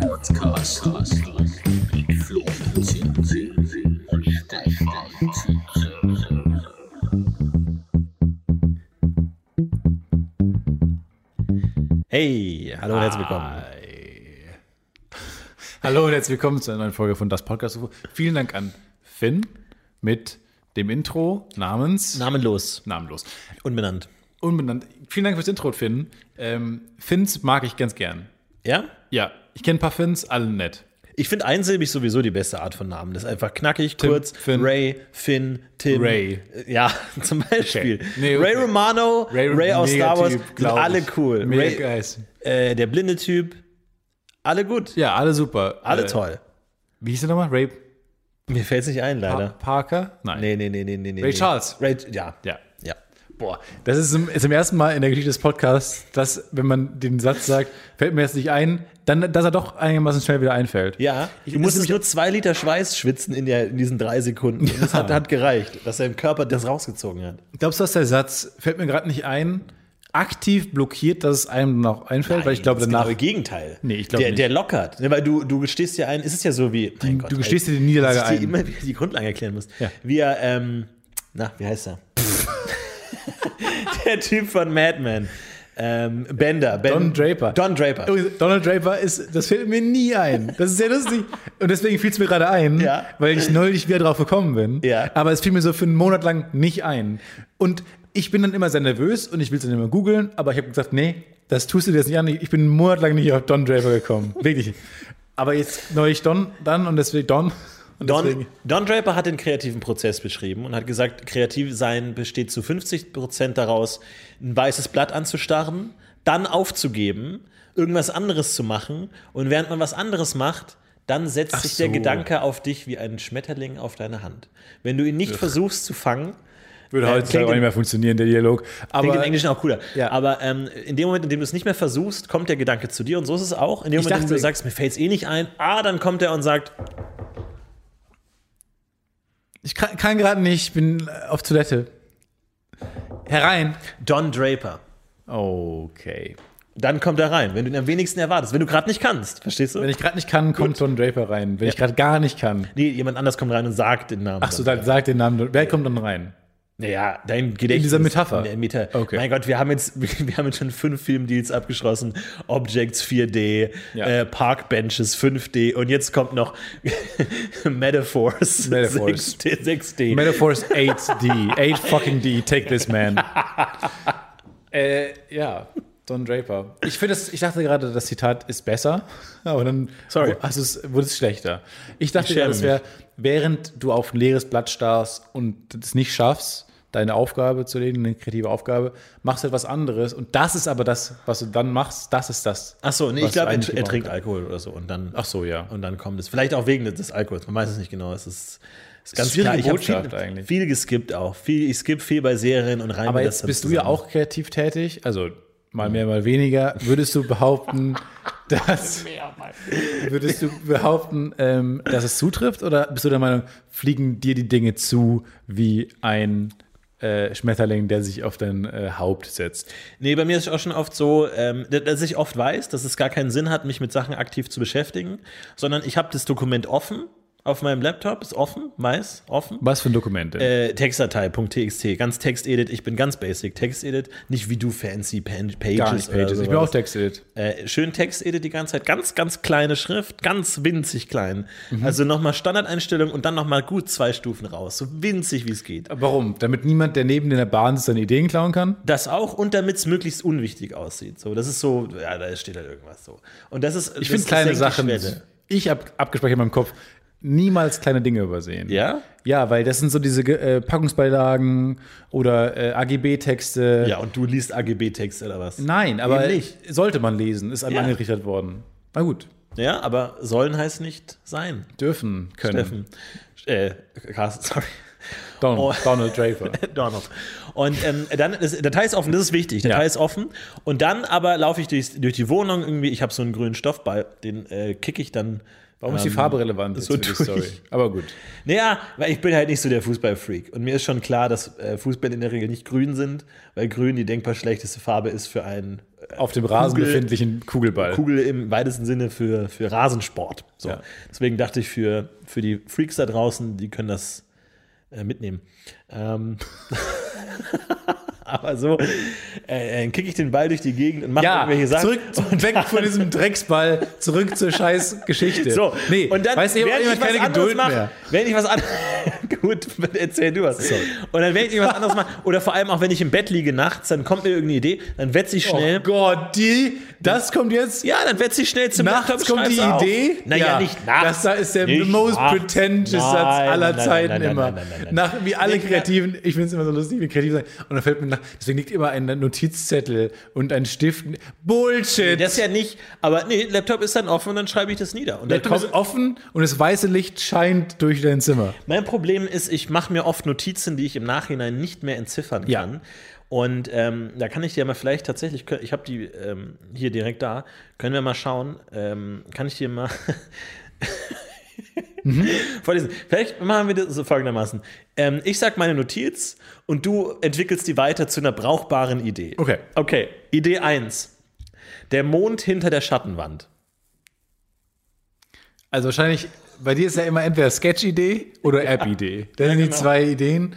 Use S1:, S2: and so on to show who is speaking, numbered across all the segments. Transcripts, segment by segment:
S1: Podcast mit Flo Zirzi und Stefan Zirzi.
S2: Hey, hallo und herzlich willkommen.
S3: Ah. Hallo und herzlich willkommen zu einer neuen Folge von Das Podcast. UFO. Vielen Dank an Finn mit dem Intro namens
S2: Namenlos,
S3: Namenlos.
S2: unbenannt.
S3: Unbenannt. Vielen Dank fürs Intro, Finn. Ähm, Finns mag ich ganz gern.
S2: Ja?
S3: Ja, ich kenne ein paar Finns, alle nett.
S2: Ich finde einsilbig sowieso die beste Art von Namen. Das ist einfach knackig, kurz.
S3: Finn.
S2: Ray, Finn, Tim.
S3: Ray.
S2: Äh, Ja, zum Beispiel.
S3: Okay. Nee, okay.
S2: Ray Romano, Ray, aus Star Wars,
S3: Megatyp,
S2: sind
S3: glaub
S2: alle
S3: ich.
S2: cool.
S3: Mega
S2: Ray,
S3: Guys.
S2: äh, der blinde Typ, alle gut,
S3: Ja, alle super.
S2: alle
S3: Äh,
S2: toll.
S3: Wie hieß der nochmal? Ray
S2: Mir fällt's nicht ein,
S3: Pa-
S2: leider.
S3: Parker? Nein.
S2: Nee, nee, nee, nee, nee.
S3: Ray
S2: nee.
S3: Charles.
S2: Ray, ja.
S3: Ja.
S2: Ja.
S3: Boah, das ist zum, ist zum ersten Mal in der Geschichte des Podcasts, dass, wenn man den Satz sagt, fällt mir jetzt nicht ein, dann, dass er doch einigermaßen schnell wieder einfällt.
S2: Ja,
S3: Ich-
S2: du musst
S3: es ist-
S2: nämlich nur zwei Liter Schweiß schwitzen in, der, in diesen drei Sekunden. Und das hat, hat gereicht, dass er im Körper das rausgezogen hat.
S3: Glaubst du, dass der Satz, fällt mir gerade nicht ein, aktiv blockiert, dass es einem noch einfällt? Weil ich glaube,
S2: das genau
S3: danach,
S2: genaue Gegenteil.
S3: Nee, ich glaub
S2: der,
S3: nicht.
S2: Der lockert. Ne, weil du, du gestehst dir ein, es ist ja so wie. Mein Gott,
S3: du gestehst dir die Niederlage
S2: dass ich dir
S3: ein.
S2: immer wieder die Grundlage erklären musst.
S3: Ja.
S2: Wie er, ähm, na, wie heißt er? der Typ von Mad Men. Ähm, Bender. Ben,
S3: Don Draper. Oh,
S2: Don Draper.
S3: Übrigens, Donald Draper ist, das fällt mir nie ein. Das ist sehr lustig. Und deswegen fiel es mir gerade ein,
S2: Ja.
S3: weil ich neulich wieder drauf gekommen bin.
S2: Ja.
S3: Aber es fiel mir so für einen Monat lang nicht ein. Und ich bin dann immer sehr nervös und ich will es dann immer googeln, aber ich habe gesagt, nee, das tust du dir jetzt nicht an. Ich bin einen Monat lang nicht auf Don Draper gekommen. Wirklich. Aber jetzt neulich Don, dann und deswegen Don. Und
S2: Don,
S3: deswegen-
S2: Don Draper hat den kreativen Prozess beschrieben und hat gesagt, kreativ sein besteht zu 50 Prozent daraus, ein weißes Blatt anzustarren, dann aufzugeben, irgendwas anderes zu machen und während man was anderes macht, dann setzt sich der
S3: so.
S2: Gedanke auf dich wie ein Schmetterling auf deine Hand. Wenn du ihn nicht versuchst zu fangen,
S3: würde
S2: Ja,
S3: heutzutage
S2: klingt
S3: auch nicht
S2: im-
S3: mehr funktionieren, der Dialog.
S2: klingt
S3: Aber
S2: im Englischen auch cooler.
S3: Ja.
S2: Aber ähm, in dem Moment, in dem du es nicht mehr versuchst, kommt der Gedanke zu dir und so ist es auch. In dem Moment, in dem
S3: dachte-
S2: du sagst, mir fällt es eh nicht ein, ah, dann kommt er und sagt,
S3: Ich kann, kann gerade nicht, ich bin auf Toilette. Herein.
S2: Don Draper.
S3: Okay.
S2: Dann kommt er rein, wenn du ihn am wenigsten erwartest, wenn du gerade nicht kannst, verstehst du?
S3: Wenn ich gerade nicht kann, kommt Don Draper rein. Wenn ich gerade gar nicht kann.
S2: nee, jemand anders kommt rein und sagt den Namen.
S3: Ach so, dann sag den Namen. Wer kommt dann rein?
S2: Naja, dein Gedächtnis.
S3: dieser Metapher.
S2: In der Meta
S3: Okay.
S2: Mein Gott, wir haben jetzt, wir haben jetzt schon fünf Filmdeals abgeschlossen. Objects 4D,
S3: Ja.
S2: äh, Parkbenches 5D und jetzt kommt noch Metaphors,
S3: Metaphors.
S2: 6D. 6D.
S3: Metaphors 8D. 8 fucking D. Take this man. äh, ja, Don Draper. Ich finde es, ich dachte gerade, das Zitat ist besser, aber dann
S2: Sorry.
S3: Also es, wurde es schlechter. Ich dachte
S2: Ich
S3: gerade,
S2: schäme
S3: es wäre, während du auf ein leeres Blatt starrst und es nicht schaffst, deine Aufgabe zu legen, eine kreative Aufgabe, machst du etwas anderes und das ist aber das, was du dann machst, das ist das.
S2: Ach so, nee,
S3: was
S2: ich glaube,
S3: du
S2: er,
S3: eigentlich
S2: tr- er
S3: überhaupt-
S2: trinkt Alkohol oder so und dann,
S3: Ach so, ja.
S2: und dann kommt es. Vielleicht auch wegen des Alkohols, man weiß es nicht genau. Es ist, es ist ganz
S3: Schwierige
S2: klar. Ich habe
S3: Botschaft
S2: viel,
S3: eigentlich.
S2: viel geskippt auch. Viel, ich skippe viel bei Serien und rein
S3: Aber
S2: mit
S3: jetzt
S2: das
S3: bist du
S2: zusammen.
S3: ja auch kreativ tätig, also mal mehr, mal weniger. Würdest du behaupten, dass würdest du behaupten, ähm, dass es zutrifft, oder bist du der Meinung, fliegen dir die Dinge zu wie ein äh, Schmetterling, der sich auf dein äh, Haupt setzt?
S2: Nee, bei mir ist es auch schon oft so, ähm, d- dass ich oft weiß, dass es gar keinen Sinn hat, mich mit Sachen aktiv zu beschäftigen, sondern ich habe das Dokument offen auf meinem Laptop, ist offen, weiß, offen.
S3: Was für ein Dokument? denn?
S2: Äh, Textdatei.txt, ganz Textedit, ich bin ganz basic, Textedit, nicht wie du fancy Pan Pages.
S3: Gar nicht
S2: oder
S3: Pages. Ich bin
S2: sowas.
S3: auch textet.
S2: Äh, schön Textedit die ganze Zeit, ganz, ganz kleine Schrift, ganz winzig klein.
S3: Mhm.
S2: Also nochmal Standardeinstellung und dann nochmal gut zwei Stufen raus, so winzig wie es geht.
S3: Warum? Damit niemand, der neben dir in der Bahn sitzt, seine Ideen klauen kann?
S2: Das auch und damit es möglichst unwichtig aussieht. So, das ist so, ja, da steht halt irgendwas so. Und das ist.
S3: Ich finde kleine Sachen. Ich habe abgespeichert in meinem Kopf. Niemals kleine Dinge übersehen.
S2: Ja?
S3: Ja, weil das sind so diese äh, Packungsbeilagen oder äh, AGB-Texte.
S2: Ja, und du liest AGB-Texte oder was?
S3: Nein, aber
S2: Eben nicht.
S3: sollte man lesen, ist einem
S2: Ja.
S3: angerichtet worden. Na gut,
S2: Ja, aber sollen heißt nicht sein.
S3: dürfen können.
S2: Steffen. Äh, Carsten, sorry.
S3: Don,
S2: Oh.
S3: Donald Draper.
S2: Donald. Und ähm, dann, ist, Datei ist offen, das ist wichtig. Datei
S3: Ja.
S2: ist offen. Und dann aber laufe ich durchs, durch die Wohnung irgendwie. Ich habe so einen grünen Stoffball, den äh, kicke ich dann.
S3: Warum ist die Farbe relevant?
S2: Ähm, so
S3: jetzt für die
S2: durch.
S3: Story? Aber gut.
S2: Naja, weil ich bin halt nicht so der Fußballfreak. Und mir ist schon klar, dass äh, Fußbälle in der Regel nicht grün sind, weil grün die denkbar schlechteste Farbe ist für einen äh,
S3: Auf dem Rasen
S2: Kugel-
S3: befindlichen Kugelball.
S2: Kugel im weitesten Sinne für, für Rasensport. So.
S3: Ja.
S2: Deswegen dachte ich, für, für die Freaks da draußen, die können das äh, mitnehmen. Ähm. Aber so äh, äh, kicke ich den Ball durch die Gegend und mache
S3: Ja,
S2: irgendwelche Sachen.
S3: zurück zu, weg von diesem Drecksball, zurück zur scheiß Geschichte.
S2: So,
S3: nee,
S2: und dann,
S3: weiß ich,
S2: während
S3: ich
S2: was
S3: keine
S2: anderes
S3: Geduld
S2: mache,
S3: mehr.
S2: Wenn ich was anderes. Gut, erzähl du was. Und dann, wenn ich was anderes mache, oder vor allem auch, wenn ich im Bett liege nachts, dann kommt mir irgendeine Idee, dann wetze ich schnell.
S3: Oh Gott, die, das kommt jetzt.
S2: Ja, dann wetze ich schnell zum
S3: Nachts
S2: Laptop,
S3: kommt die
S2: schreib's auf.
S3: Idee.
S2: Naja, ja. nicht nachts.
S3: Das da ist der
S2: Nicht
S3: most
S2: nachts.
S3: pretentious Satz
S2: Nein,
S3: aller
S2: nein, nein,
S3: Zeiten
S2: nein, nein,
S3: immer.
S2: nein, nein, nein, nein.
S3: Nach, wie alle Kreativen, ich finde es immer so lustig, wie kreativ sein. Und dann fällt mir nach, deswegen liegt immer ein Notizzettel und ein Stift. Bullshit!
S2: Das ja nicht, aber nee, Laptop ist dann offen und dann schreibe ich das nieder. Und dann
S3: der Kopf
S2: kommt,
S3: ist offen und das weiße Licht scheint durch dein Zimmer.
S2: mein Problem ist, ich mache mir oft Notizen, die ich im Nachhinein nicht mehr entziffern
S3: Ja.
S2: kann. Und ähm, da kann ich dir mal vielleicht tatsächlich, ich habe die ähm, hier direkt da, können wir mal schauen, ähm, kann ich dir mal Mhm. vorlesen. Vielleicht machen wir das so folgendermaßen. Ähm, ich sag meine Notiz und du entwickelst die weiter zu einer brauchbaren Idee.
S3: Okay.
S2: Okay, Idee 1. Der Mond hinter der Schattenwand.
S3: Also wahrscheinlich, bei dir ist ja immer entweder Sketch-Idee oder App-Idee. Das sind die zwei Ideen.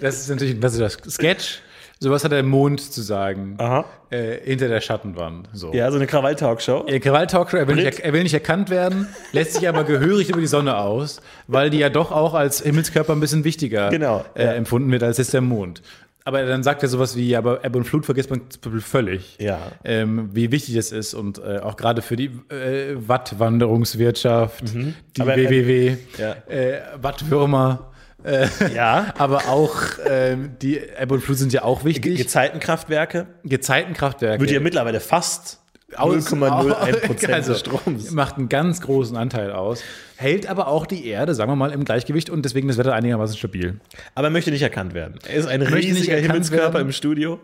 S3: Das ist natürlich ein besserer Sketch. Sowas hat der Mond zu sagen.
S2: Aha.
S3: Äh, hinter der Schattenwand. So.
S2: Ja, so eine Krawall-Talkshow.
S3: Der Krawall-Talkshow, Äh, er, will
S2: Brit.
S3: nicht er- er will nicht erkannt werden, lässt sich aber gehörig über die Sonne aus, weil die ja doch auch als Himmelskörper ein bisschen wichtiger
S2: Genau,
S3: äh, empfunden wird als jetzt der Mond. Aber dann sagt er sowas wie, ja, aber Ebbe und Flut vergisst man z- völlig,
S2: Ja.
S3: ähm, wie wichtig es ist und äh, auch gerade für die äh, Wattwanderungswirtschaft, die
S2: Aber, äh,
S3: WWW,
S2: ja.
S3: äh, Wattwürmer, äh,
S2: Ja.
S3: aber auch ähm, die Ebbe und Flut sind ja auch
S2: Ge-
S3: wichtig.
S2: Gezeitenkraftwerke
S3: Gezeitenkraftwerke.
S2: wird ja mittlerweile fast
S3: Aus-
S2: 0,01 Prozent
S3: also,
S2: des Stroms.
S3: Macht einen ganz großen Anteil aus, hält aber auch die Erde, sagen wir mal, im Gleichgewicht und deswegen das Wetter einigermaßen stabil.
S2: Aber er möchte nicht erkannt werden. Er ist ein
S3: Möchte nicht
S2: riesiger
S3: erkannt
S2: Himmelskörper
S3: werden.
S2: im Studio.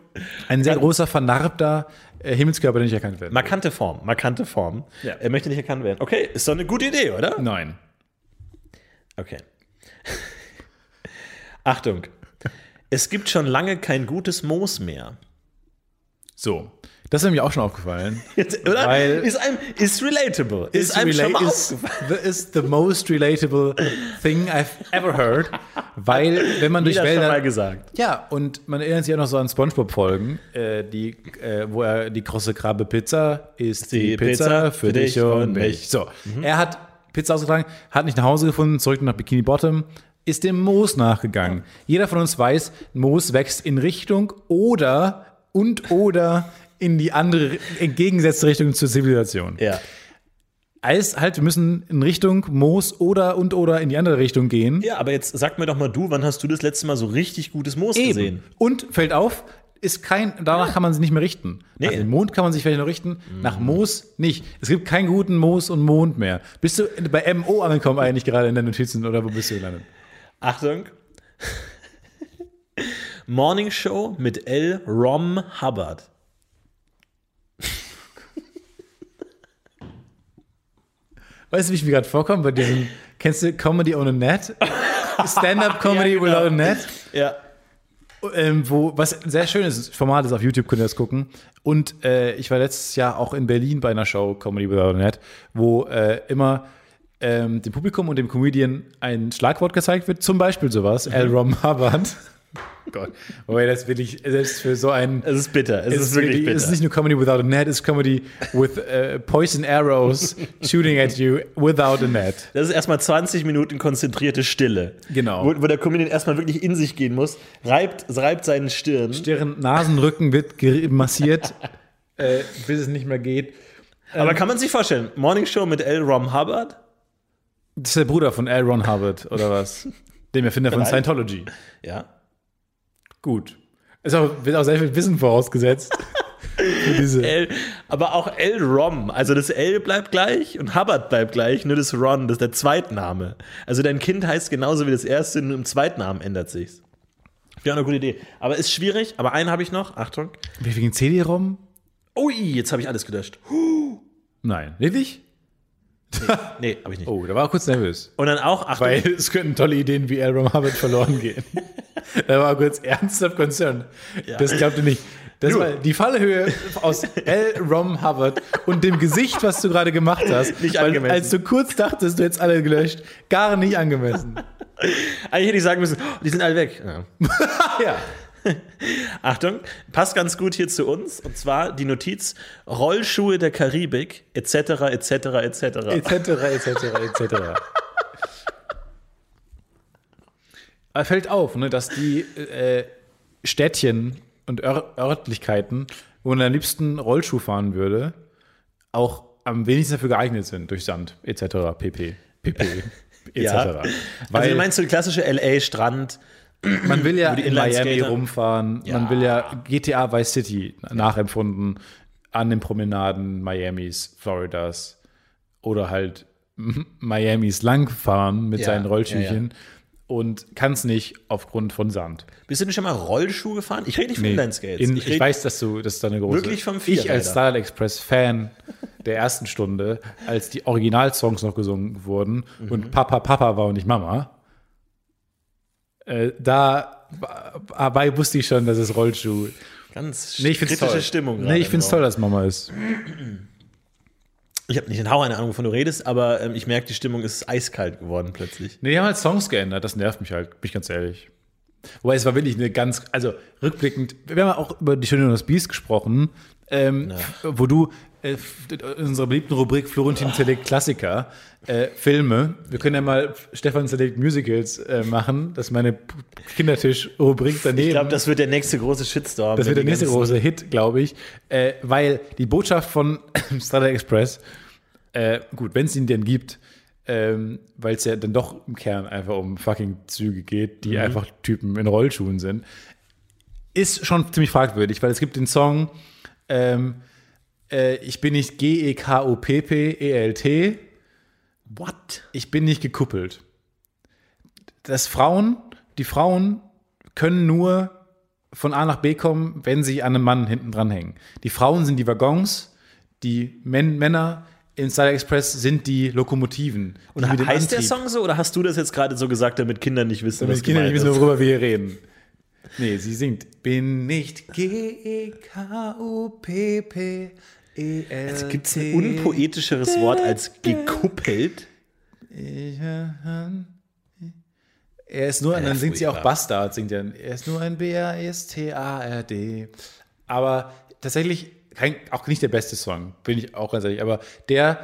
S3: Ein sehr großer, vernarbter äh, Himmelskörper, der nicht erkannt wird.
S2: Markante Form, markante Form.
S3: Ja.
S2: Er möchte nicht erkannt werden. Okay, ist doch eine gute Idee, oder?
S3: Nein.
S2: Okay. Achtung. Es gibt schon lange kein gutes Moos mehr.
S3: So. Das ist mir auch schon aufgefallen.
S2: Jetzt, oder?
S3: Weil-
S2: ist einem ist relatable. Ist, einem
S3: relate-
S2: schon mal
S3: is
S2: aufgefallen.
S3: the, is the most relatable thing I've ever heard. Weil, wenn man durch
S2: Jeder hat schon
S3: Wälder.
S2: mal gesagt.
S3: Ja, und man erinnert sich auch noch so an Spongebob-Folgen, äh, die, äh, wo er die große Krabbe Pizza ist die, Pizza, für dich und mich. Mhm. So, er hat Pizza ausgetragen, hat nicht nach Hause gefunden, zurück nach Bikini Bottom, ist dem Moos nachgegangen. Jeder von uns weiß, Moos wächst in Richtung oder und oder in die andere entgegengesetzte Richtung zur Zivilisation.
S2: Ja.
S3: Als halt, wir müssen in Richtung Moos oder und oder in die andere Richtung gehen.
S2: ja, aber jetzt sag mir doch mal du, wann hast du das letzte Mal so richtig gutes Moos
S3: Eben.
S2: gesehen?
S3: Und fällt auf, ist kein, danach kann man sie nicht mehr richten. Nach
S2: Nee. Mhm.
S3: dem Mond kann man sich vielleicht noch richten, nach Moos nicht. Es gibt keinen guten Moos und Mond mehr. Bist du bei MO angekommen eigentlich gerade in den Notizen oder wo bist du gelandet?
S2: Achtung. Morning Show mit L. Rom Hubbard.
S3: Weißt du, wie ich mir gerade vorkomme bei diesem, kennst du Comedy ohne Net? Stand-up Comedy
S2: Ja, genau.
S3: without a Net?
S2: Ja.
S3: ähm, wo was ein sehr schönes Format ist auf YouTube, könnt ihr das gucken. Und äh, ich war letztes Jahr auch in Berlin bei einer Show Comedy Without a Net, wo äh, immer ähm, dem Publikum und dem Comedian ein Schlagwort gezeigt wird, zum Beispiel
S2: Mhm.
S3: sowas, L. Ron Hubbard. Gott, wobei das wirklich selbst für so einen
S2: Es ist bitter. Es, ist, wirklich
S3: really-
S2: bitter.
S3: Es ist nicht nur Comedy without a net, es ist Comedy with äh, poison arrows shooting at you without a net.
S2: Das ist erstmal 20 Minuten konzentrierte Stille.
S3: Genau.
S2: Wo, wo der Comedian erstmal wirklich in sich gehen muss, reibt, reibt seinen Stirn.
S3: Deren Nasenrücken wird ger- massiert, äh, bis es nicht mehr geht.
S2: Aber kann man sich vorstellen, Morning Show mit L. Rom Hubbard?
S3: Das ist der Bruder von L. Ron Hubbard, oder was? Dem Erfinder von
S2: Vielleicht.
S3: Scientology.
S2: Ja.
S3: Gut. Es auch, wird auch sehr viel Wissen vorausgesetzt. Für diese.
S2: L, aber auch L. Rom. Also das L bleibt gleich und Hubbard bleibt gleich, nur das Ron, das ist der Zweitname. Also dein Kind heißt genauso wie das erste, nur im Zweitnamen ändert sich's. Ja, eine gute Idee. Aber ist schwierig, aber einen habe ich noch. Achtung.
S3: Wie viel CD-ROM?
S2: Ui, jetzt habe ich alles gelöscht.
S3: Nein. Wirklich?
S2: Nee, habe ich nicht.
S3: Oh, da war er kurz nervös.
S2: Und dann auch, Achtung.
S3: Weil es könnten tolle Ideen wie L. Ron Hubbard verloren gehen. da war er kurz ernsthaft concerned. Das glaubte nicht. Das war die Fallhöhe aus L. Ron Hubbard und dem Gesicht, was du gerade gemacht hast.
S2: Nicht
S3: weil
S2: angemessen.
S3: Als du kurz dachtest, du hättest alle gelöscht, gar nicht angemessen.
S2: Eigentlich hätte ich sagen müssen, oh, die sind alle weg. Ja.
S3: ja.
S2: Achtung, passt ganz gut hier zu uns. Und zwar die Notiz: Rollschuhe der Karibik, etc., etc., etc.
S3: etc., etc., etc. Aber fällt auf, ne, dass die äh, Städtchen und Ör Örtlichkeiten, wo man am liebsten Rollschuh fahren würde, auch am wenigsten dafür geeignet sind durch Sand etc. pp. pp. etc.
S2: Ja.
S3: Weil
S2: also, meinst du die klassische LA-Strand?
S3: man will ja
S2: die
S3: in Miami
S2: Inlineskater-
S3: rumfahren, man will ja GTA Vice City nachempfunden an den Promenaden Miamis, Floridas oder halt Miamis langfahren mit
S2: Ja,
S3: seinen Rollschüchen und kann es nicht aufgrund von Sand.
S2: Bist du denn schon mal Rollschuh gefahren? Ich rede nicht von Inlineskates.
S3: In,
S2: ich
S3: ich,
S2: rede
S3: weiß, dass du, das ist deine große.
S2: Wirklich vom
S3: Ich
S2: Vierräder.
S3: als Starlight Express Fan der ersten Stunde, als die Originalsongs noch gesungen wurden
S2: Mhm.
S3: und Papa Papa war und nicht Mama, äh, da dabei wusste ich schon, dass es Rollschuh.
S2: ganz
S3: Nee, ich find's
S2: kritische
S3: toll.
S2: Stimmung.
S3: Nee,
S2: gerade
S3: ich
S2: im
S3: find's
S2: Raum.
S3: toll, dass Mama ist.
S2: Ich habe nicht den Hauch eine Ahnung, wovon du redest, aber ähm, ich merke, die Stimmung ist eiskalt geworden plötzlich.
S3: Nee, die haben halt Songs geändert, das nervt mich halt, bin ich ganz ehrlich. Wobei es war wirklich eine ganz, also rückblickend, wir haben ja auch über die Schöne und das Biest gesprochen, ähm, wo du äh, f- in unserer beliebten Rubrik Florentin Zelig Klassiker, äh, Filme, wir können ja mal Stefan Zelig Musicals äh, machen, das ist meine P- Kindertisch-Rubrik daneben.
S2: Ich glaube, das wird der nächste große Shitstorm.
S3: Das
S2: wenn
S3: wird der
S2: die
S3: nächste
S2: ganzen-
S3: große Hit, glaube ich, äh, weil die Botschaft von Strada Express, äh, gut, wenn es ihn denn gibt, ähm, weil es ja dann doch im Kern einfach um fucking Züge geht,
S2: Mhm.
S3: die einfach Typen in Rollschuhen sind, ist schon ziemlich fragwürdig, weil es gibt den Song, ähm, äh, ich bin nicht G-E-K-O-P-P-E-L-T,
S2: What?
S3: E ich bin nicht gekuppelt. Dass Frauen, die Frauen können nur von A nach B kommen, wenn sie an einem Mann hinten dran hängen. Die Frauen sind die Waggons, die Men Männer Im Starlight Express sind die Lokomotiven. die
S2: Und
S3: mit dem
S2: heißt der
S3: Antrieb-
S2: Song so oder hast du das jetzt gerade so gesagt, damit Kinder nicht wissen,
S3: Damit
S2: was
S3: die Kinder nicht
S2: gemeint
S3: wissen,
S2: ist?
S3: worüber wir hier reden. Nee, sie singt. Bin nicht
S2: E
S3: G-E-K-U-P-P-E-L.
S2: Es gibt ein unpoetischeres Wort als gekuppelt.
S3: Er ist nur, und dann
S2: Ja,
S3: singt sie auch
S2: furchtbar.
S3: Bastard, singt er. Er ist nur ein B-A-S-T-A-R-D. Aber tatsächlich kein, auch nicht der beste Song, bin ich auch ganz ehrlich. Aber der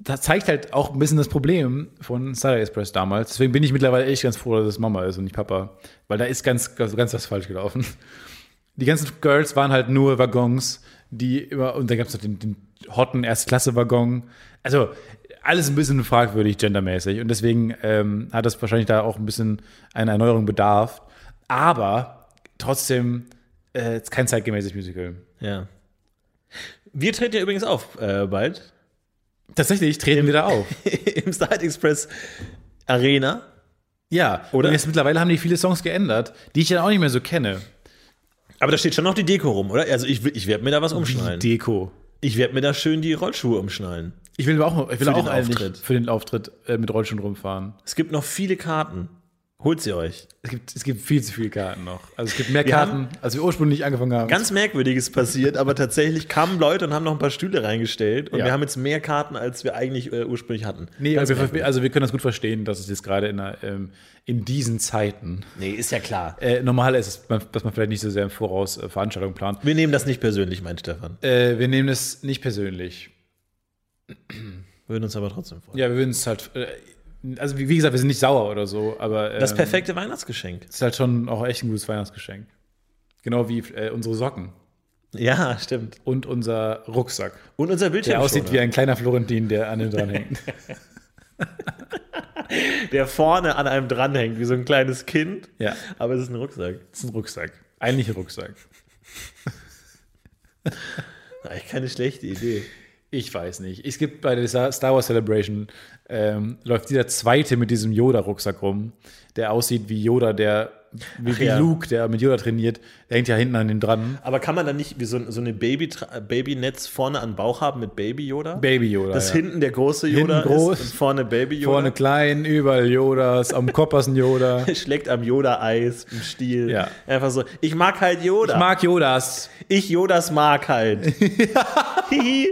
S3: das zeigt halt auch ein bisschen das Problem von Starlight Express damals. Deswegen bin ich mittlerweile echt ganz froh, dass es Mama ist und nicht Papa. Weil da ist ganz, ganz, ganz was falsch gelaufen. Die ganzen Girls waren halt nur Waggons, die immer, und da gab es noch den, den hotten Erstklasse-Waggon. Also alles ein bisschen fragwürdig gendermäßig. Und deswegen ähm, hat das wahrscheinlich da auch ein bisschen einer Erneuerung bedarf. Aber trotzdem äh, ist kein zeitgemäßes Musical.
S2: Ja. Wir treten ja übrigens auf äh, bald
S3: Tatsächlich treten wir da auf.
S2: im Starlight Express Arena.
S3: Ja,
S2: Oder?
S3: Und jetzt mittlerweile haben die viele Songs geändert, die ich ja auch nicht mehr so kenne.
S2: Aber da steht schon noch die Deko rum, oder? Also ich, will- ich werde mir da was umschnallen.
S3: Deko.
S2: Ich werde mir da schön die Rollschuhe umschnallen.
S3: Ich will auch, ich will
S2: Für
S3: auch
S2: den
S3: eigentlich
S2: Auftritt.
S3: für den Auftritt äh, mit Rollschuhen rumfahren.
S2: Es gibt noch viele Karten. Holt sie euch.
S3: Es gibt, es gibt viel zu viele Karten noch. Also es gibt mehr
S2: Wir
S3: Karten, als wir ursprünglich angefangen haben.
S2: Ganz Merkwürdiges passiert, aber tatsächlich kamen Leute und haben noch ein paar Stühle reingestellt und
S3: Ja.
S2: wir haben jetzt mehr Karten, als wir eigentlich äh, ursprünglich hatten.
S3: nee,
S2: Ganz
S3: aber
S2: merkwürdig.
S3: wir, also wir können das gut verstehen, dass es jetzt gerade in, einer, ähm, in diesen Zeiten
S2: nee, ist ja klar.
S3: äh, normal ist, dass man- dass man vielleicht nicht so sehr im Voraus äh, Veranstaltungen plant.
S2: Wir nehmen das nicht persönlich, mein Stefan.
S3: Äh, wir nehmen es nicht persönlich.
S2: Würden uns aber trotzdem freuen.
S3: Ja, wir würden es halt. Äh, also wie wie gesagt, wir sind nicht sauer oder so, aber.
S2: Das
S3: ähm,
S2: perfekte Weihnachtsgeschenk.
S3: ist halt schon auch echt ein gutes Weihnachtsgeschenk. Genau wie äh, unsere Socken
S2: Ja, stimmt.
S3: und unser Rucksack,
S2: Und unser Bildschirm.
S3: der aussieht wie ein kleiner Florentin, der an ihm dran hängt.
S2: der vorne an einem dranhängt, wie so ein kleines Kind.
S3: Ja.
S2: Aber es ist ein Rucksack.
S3: Das ist ein Rucksack. Eigentlich ein Rucksack.
S2: Eigentlich Ah, keine schlechte Idee.
S3: Ich weiß nicht. Es gibt bei der Sa- Star Wars Celebration, ähm, läuft dieser zweite mit diesem Yoda-Rucksack rum, der aussieht wie Yoda, der, wie, wie
S2: ja.
S3: Luke, der mit Yoda trainiert. Der hängt ja hinten an ihm dran.
S2: Aber kann man dann nicht wie so, so eine Baby Babynetz vorne an den Bauch haben mit Baby Yoda?
S3: Baby Yoda.
S2: Dass
S3: ja.
S2: hinten der große Yoda
S3: Hinten groß,
S2: ist und vorne Baby Yoda.
S3: Vorne klein, überall Yodas, am Kopf ist ein Yoda. Ich
S2: schlägt am Yoda Eis im Stiel.
S3: Ja.
S2: Einfach so, ich mag halt Yoda. Ich,
S3: mag Yodas.
S2: Yodas mag halt. Hihi.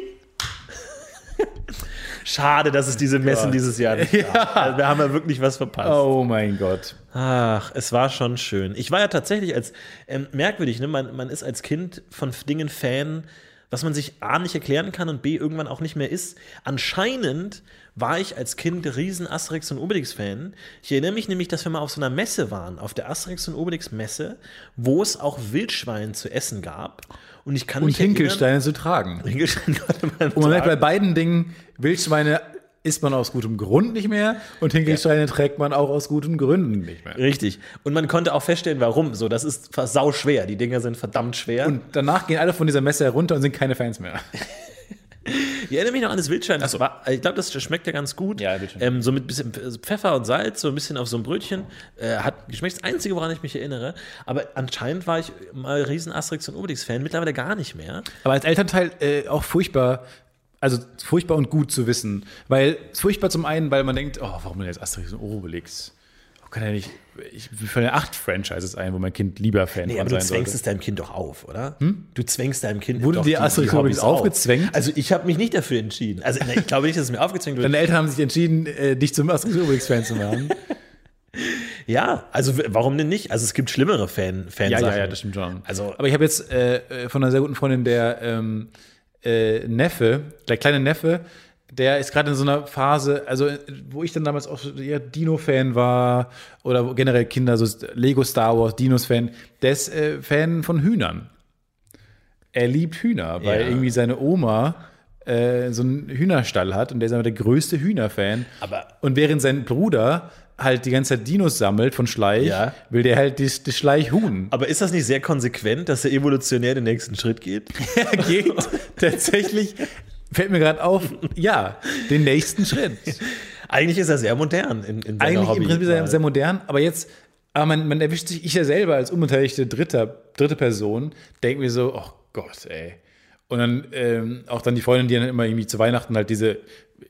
S2: Schade, dass es diese Messen dieses Jahr nicht gab. Also, Wir haben ja wirklich was verpasst.
S3: Oh mein Gott.
S2: Ach, es war schon schön. Ich war ja tatsächlich als ähm, merkwürdig, ne? man, man ist als Kind von F- Dingen Fan, was man sich A nicht erklären kann und B irgendwann auch nicht mehr ist. Anscheinend war ich als Kind riesen Asterix und Obelix-Fan. Ich erinnere mich nämlich, dass wir mal auf so einer Messe waren, auf der Asterix und Obelix-Messe, wo es auch Wildschwein zu essen gab. Und ich kann
S3: Und
S2: mich erinnern-
S3: Hinkelsteine zu tragen.
S2: Hinkelstein konnte man
S3: Und man merkt bei
S2: tragen.
S3: beiden Dingen, Wildschweine isst man aus gutem Grund nicht mehr und Hinkelsteine trägt man auch aus guten Gründen nicht mehr.
S2: Richtig. Und man konnte auch feststellen, warum. So, das ist sau schwer. Die Dinger sind verdammt schwer.
S3: Und danach gehen alle von dieser Messe herunter und sind keine Fans mehr.
S2: Ich erinnere mich noch an das Wildschwein. Das war, ich glaube, das schmeckt ja ganz gut.
S3: Ja, Wildschwein.
S2: ähm, so mit bisschen Pfeffer und Salz, so ein bisschen auf so ein Brötchen. Äh, hat geschmeckt das Einzige, woran ich mich erinnere. Aber anscheinend war ich mal riesen Asterix und Obelix-Fan. Mittlerweile gar nicht mehr.
S3: Aber als Elternteil äh, auch furchtbar, also furchtbar und gut zu wissen. Weil es ist furchtbar zum einen, weil man denkt, oh, warum denn jetzt Asterix und Obelix? Kann ja nicht, ich mir fallen ja acht Franchises ein, wo mein Kind lieber Fan
S2: Nee,
S3: von
S2: aber du
S3: sein
S2: zwängst
S3: sollte.
S2: es deinem Kind doch auf, oder? Du zwängst deinem Kind
S3: Wurde
S2: doch
S3: dir Asterix und
S2: Hobbys
S3: Obelix aufgezwängt?
S2: Auf. Also ich habe mich nicht dafür entschieden. Also na, ich glaube nicht, dass es mir aufgezwängt wurde.
S3: Deine Eltern haben sich entschieden, äh, dich zum Asterix und Obelix-Fan zu machen.
S2: Ja, also w- warum denn nicht? Also es gibt schlimmere Fan Fan
S3: Ja, ja, ja, das stimmt schon.
S2: Also-
S3: aber ich habe jetzt äh, äh, von einer sehr guten Freundin, der ähm, äh, Neffe, der kleine Neffe, der ist gerade in so einer Phase, also äh, wo ich dann damals auch so eher Dino-Fan war oder wo generell Kinder, so Lego Star Wars, Dinos-Fan, der ist äh, Fan von Hühnern. Er liebt Hühner, weil
S2: Ja.
S3: irgendwie seine Oma äh, so einen Hühnerstall hat und der ist einfach der größte Hühnerfan.
S2: Aber-
S3: und während sein Bruder halt die ganze Zeit Dinos sammelt von Schleich,
S2: Ja.
S3: will der halt das, das Schleichhuhn.
S2: Aber ist das nicht sehr konsequent, dass er evolutionär den nächsten Schritt geht?
S3: Er geht tatsächlich, fällt mir gerade auf, ja, den nächsten Schritt.
S2: Eigentlich ist er sehr modern in, in seiner
S3: Eigentlich
S2: Hobby.
S3: im Prinzip sehr,
S2: Wahl.
S3: sehr modern, aber jetzt, aber man, man erwischt sich, ich ja selber als unbeteiligte dritte, dritte Person, denke mir so, oh Gott, ey. Und dann ähm, auch dann die Freundin, die dann immer irgendwie zu Weihnachten halt diese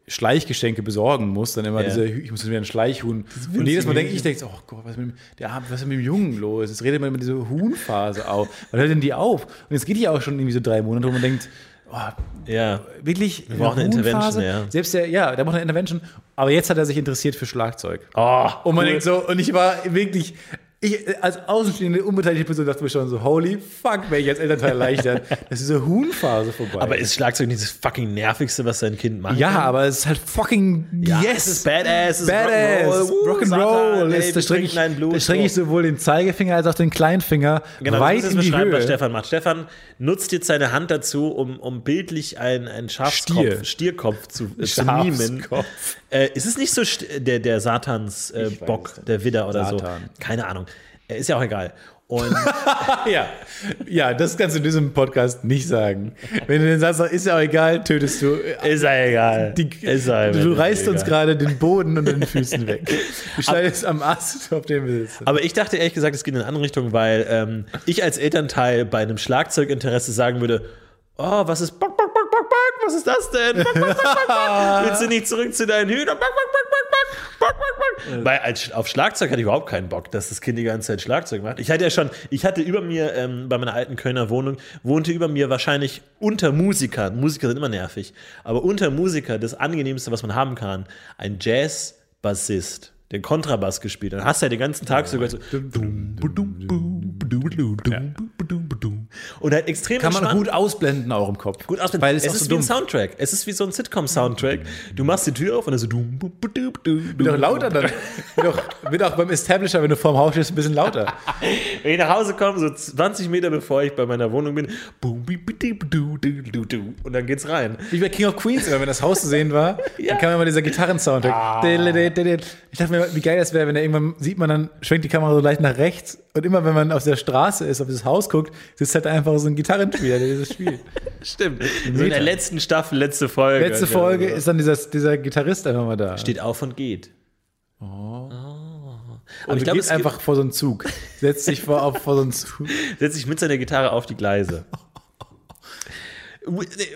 S3: Schleichgeschenke besorgen muss, dann immer
S2: Ja.
S3: diese, ich muss mir einen Schleichhuhn. Und jedes Mal denke ich, denke, oh Gott, was ist mit, dem- der, Arme- was ist mit dem Jungen los? Jetzt redet man immer diese Huhnphase auf. Wann hört denn die auf? Und jetzt geht die auch schon irgendwie so drei Monate und man denkt, oh,
S2: Ja.
S3: wirklich, wir
S2: brauchen eine Intervention, ja.
S3: Selbst der, ja, der braucht eine Intervention, aber jetzt hat er sich interessiert für Schlagzeug.
S2: Oh,
S3: Und man denkt so, und ich war wirklich, ich, als außenstehende, unbeteiligte Person dachte mir schon so, holy fuck, wäre ich als Elternteil erleichtert, dass diese Huhnphase vorbei
S2: Aber ist Schlagzeug nicht das fucking nervigste, was dein Kind macht?
S3: ja, aber es ist halt fucking
S2: Ja,
S3: yes.
S2: es ist badass, es ist Rock'n'Roll.
S3: badass.
S2: Uh,
S3: Rock'n'Roll.
S2: Satan,
S3: ist-
S2: ey,
S3: Da
S2: wir
S3: strecke
S2: trinken
S3: ich,
S2: einen Blues.
S3: da strecke ich sowohl den Zeigefinger als auch den Kleinfinger
S2: Genau,
S3: weit
S2: du musst
S3: in
S2: es
S3: die
S2: beschreiben, was
S3: Höhe.
S2: Stefan macht. Stefan nutzt jetzt seine Hand dazu, um, um bildlich einen, einen Schafskopf,
S3: Stier.
S2: Stierkopf zu, äh, zu
S3: Schafskopf.
S2: mimen. Äh, ist es nicht so st- der, der Satans äh, Bock, der Widder oder
S3: Satan.
S2: so? Keine Ahnung. Äh, ist ja auch egal. Und
S3: Ja. ja, das kannst du in diesem Podcast nicht sagen. Wenn du den Satz sagst, ist ja auch egal, tötest du.
S2: ist ja egal.
S3: Die,
S2: ist ja
S3: du
S2: egal.
S3: reißt uns gerade den Boden unter den Füßen weg. Du schneidest am Ast, auf dem wir sitzen.
S2: Aber ich dachte ehrlich gesagt, es geht in eine andere Richtung, weil ähm, ich als Elternteil bei einem Schlagzeuginteresse sagen würde, oh, was ist Bock, Bock, Bock, Bock, Bock, was ist das denn? Bock, Bock, Bock, Bock, Bock. Willst du nicht zurück zu deinen Hühnern? Bock, Bock, Bock, Bock, Bock, Bock, Bock, Bock. Weil als, auf Schlagzeug hatte ich überhaupt keinen Bock, dass das Kind die ganze Zeit Schlagzeug macht. Ich hatte ja schon, ich hatte über mir ähm, bei meiner alten Kölner Wohnung, wohnte über mir wahrscheinlich unter Musikern, Musiker sind immer nervig, aber unter Musiker das angenehmste, was man haben kann, ein Jazz-Bassist den Kontrabass gespielt. Dann hast du ja den ganzen Tag sogar so. Und halt extrem
S3: Kann man
S2: entspannt.
S3: gut ausblenden auch im Kopf.
S2: Gut ausblenden.
S3: Weil
S2: es
S3: es,
S2: ist,
S3: auch so
S2: wie ein
S3: dumm.
S2: Soundtrack. Es ist wie so ein Sitcom-Soundtrack. Du machst die Tür auf und dann so. dum, bu, bu, du, du, du.
S3: Wird auch lauter dann. Wird auch, wird auch beim Establisher, wenn du vorm Haus stehst, ein bisschen lauter.
S2: Wenn ich nach Hause komme, so 20 Meter bevor ich bei meiner Wohnung bin. bum, bi, bi, di, bu, du, du, du, du. Und dann geht's rein.
S3: Wie bei King of Queens, immer, wenn das Haus zu sehen war, dann kam immer dieser Gitarrensoundtrack.
S2: Ah.
S3: Ich dachte mir, wie geil das wäre, wenn er irgendwann sieht man, dann schwenkt die Kamera so leicht nach rechts und immer, wenn man auf der Straße ist, auf dieses Haus guckt, sitzt halt einfach so ein Gitarrenspieler, der dieses spielt.
S2: Stimmt. So Äh, in der letzten Staffel, letzte Folge.
S3: Letzte Folge
S2: Ja, genau, so.
S3: ist dann dieser, dieser Gitarrist einfach mal da.
S2: Steht auf und geht. Oh.
S3: und
S2: Aber ich glaube,
S3: geht
S2: es einfach
S3: einfach vor so einen Zug. Setzt sich vor, auf, vor so einen Zug.
S2: setzt sich mit seiner Gitarre auf die Gleise.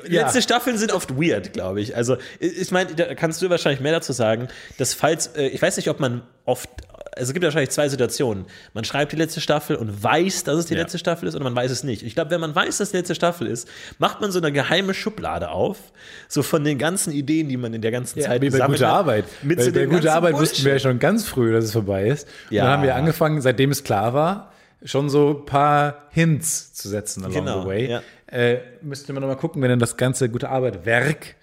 S2: Letzte
S3: Ja.
S2: Staffeln sind oft weird, glaube ich. Also, ich meine, da kannst du wahrscheinlich mehr dazu sagen, dass falls, äh, ich weiß nicht, ob man oft, also es gibt wahrscheinlich zwei Situationen. Man schreibt die letzte Staffel und weiß, dass es die
S3: Ja.
S2: letzte Staffel ist oder man weiß es nicht. Ich glaube, wenn man weiß, dass die letzte Staffel ist, macht man so eine geheime Schublade auf, so von den ganzen Ideen, die man in der ganzen
S3: Ja,
S2: Zeit
S3: wie bei
S2: gesammelt
S3: guter
S2: hat,
S3: Arbeit.
S2: Mit
S3: Bei,
S2: so
S3: bei
S2: dem
S3: guter
S2: ganzen
S3: Arbeit
S2: Bullshit.
S3: wussten wir ja schon ganz früh, dass es vorbei ist. Und
S2: Ja.
S3: dann haben wir angefangen, seitdem es klar war, schon so ein paar Hints zu setzen along
S2: Genau,
S3: the way.
S2: ja.
S3: Äh, müsste man nochmal gucken, wenn dann das ganze gute Arbeit Werk,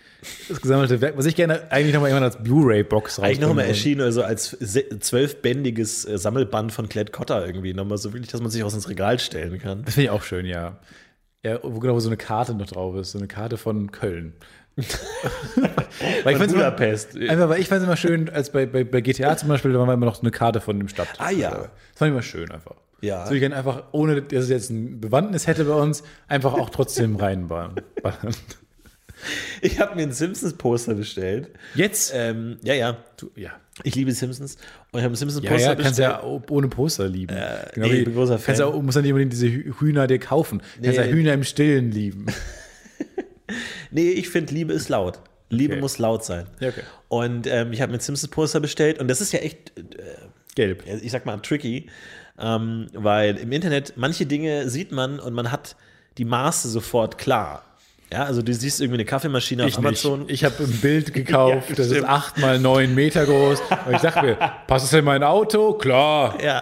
S3: das gesammelte Werk, was ich gerne eigentlich nochmal irgendwann als Blu-ray-Box rausbringe.
S2: Eigentlich nochmal erschienen, also als se- zwölfbändiges äh, Sammelband von Klett Cotta irgendwie. Nochmal so wirklich, dass man sich auch ins Regal stellen kann.
S3: Das finde ich auch schön, ja. Ja, wo genau so eine Karte noch drauf ist, so eine Karte von Köln. weil ich fand's immer-
S2: Budapest.
S3: Einfach, weil ich fand es immer schön, als bei, bei, bei GTA zum Beispiel, da war immer noch so eine Karte von dem Stadt.
S2: Ah, ja.
S3: Das fand ich immer schön einfach.
S2: Ja.
S3: So, ich kann einfach, ohne dass es jetzt ein Bewandtnis hätte bei uns, einfach auch trotzdem reinballern.
S2: Ich habe mir ein Simpsons-Poster bestellt.
S3: Jetzt?
S2: Ähm, ja, ja. Du,
S3: ja.
S2: ich liebe Simpsons. Und ich habe ein
S3: Ja,
S2: Simpsons-Poster
S3: ja,
S2: bestellt.
S3: kannst ja auch ohne Poster lieben. genau
S2: Äh, nee,
S3: wie,
S2: ich bin großer Fan.
S3: Kannst ja auch, musst ja nicht unbedingt diese Hü- Hühner dir kaufen. Kannst ja
S2: Nee.
S3: Hühner im Stillen lieben.
S2: Nee, ich finde, Liebe ist laut. Liebe
S3: Okay.
S2: muss laut sein.
S3: Ja, okay.
S2: Und ähm, ich habe mir ein Simpsons-Poster bestellt. Und das ist ja echt
S3: Gelb.
S2: ja, ich sag mal, tricky, ähm, weil im Internet manche Dinge sieht man und man hat die Maße sofort klar. Ja, also du siehst irgendwie eine Kaffeemaschine
S3: Ich
S2: auf Amazon.
S3: nicht. Ich habe ein Bild gekauft,
S2: Ja,
S3: das ist
S2: stimmt.
S3: 8 mal 9 Meter groß. Und ich dachte mir, passt das in mein Auto? Klar.
S2: Ja,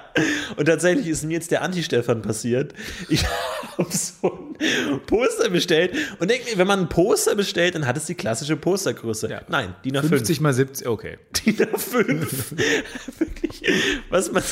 S2: und tatsächlich ist mir jetzt der Anti-Stefan passiert. Ich habe so ein Poster bestellt und denke mir, wenn man ein Poster bestellt, dann hat es die klassische Postergröße.
S3: Ja.
S2: Nein, DIN A5.
S3: 50 mal 70, okay.
S2: DIN A5. Wirklich, was man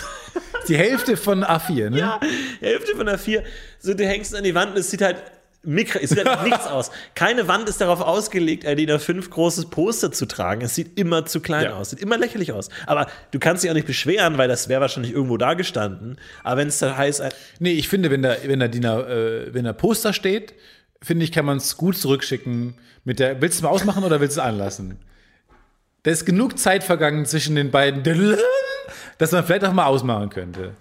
S3: Die Hälfte von A4, ne?
S2: Ja, Hälfte von der vier. So, du hängst an die Wand und es sieht halt mikro, es sieht halt nichts aus. Keine Wand ist darauf ausgelegt, äh, ein DIN A5 großes Poster zu tragen. Es sieht immer zu klein
S3: Ja.
S2: aus, sieht immer lächerlich aus. Aber du kannst dich auch nicht beschweren, weil das wäre wahrscheinlich irgendwo da gestanden. Aber wenn es dann heißt, ein-
S3: Nee, ich finde, wenn da, wenn da, DIN A, äh, wenn da Poster steht, finde ich, kann man es gut zurückschicken. Mit der, willst du es mal ausmachen oder willst du es anlassen? Da ist genug Zeit vergangen zwischen den beiden, dass man vielleicht auch mal ausmachen könnte.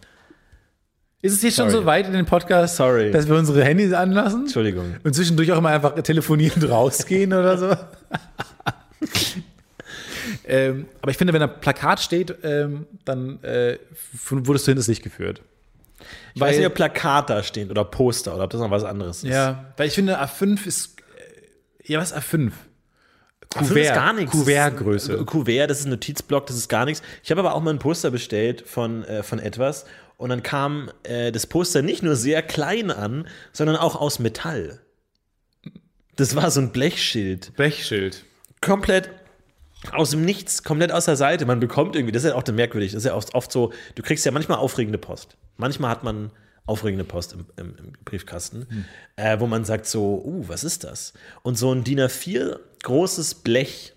S3: Ist es jetzt schon
S2: Sorry.
S3: so weit in den Podcast,
S2: Sorry.
S3: dass wir unsere Handys anlassen?
S2: Entschuldigung.
S3: Und zwischendurch auch immer einfach telefonierend rausgehen oder so? ähm, aber ich finde, wenn ein Plakat steht, ähm, dann äh, f- wurdest du hinters Licht geführt.
S2: Ich weiß nicht, ob Plakat da stehen oder Poster oder ob das noch was anderes ist.
S3: Ja, weil ich finde, A5 ist. äh, Ja, was ist A5?
S2: Kuvert, das ist gar nichts. Also, Das ist ein
S3: Kuvertgröße.
S2: Kuvert, das ist ein Notizblock, das ist gar nichts. Ich habe aber auch mal ein Poster bestellt von, äh, von etwas und dann kam äh, das Poster nicht nur sehr klein an, sondern auch aus Metall. Das war so ein Blechschild.
S3: Blechschild.
S2: Komplett aus dem Nichts, komplett aus der Seite. Man bekommt irgendwie, das ist ja auch merkwürdig, das ist ja oft, oft so, du kriegst ja manchmal aufregende Post. Manchmal hat man aufregende Post im, im, im Briefkasten, äh, wo man sagt so, uh, was ist das? Und so ein DIN A4 großes Blech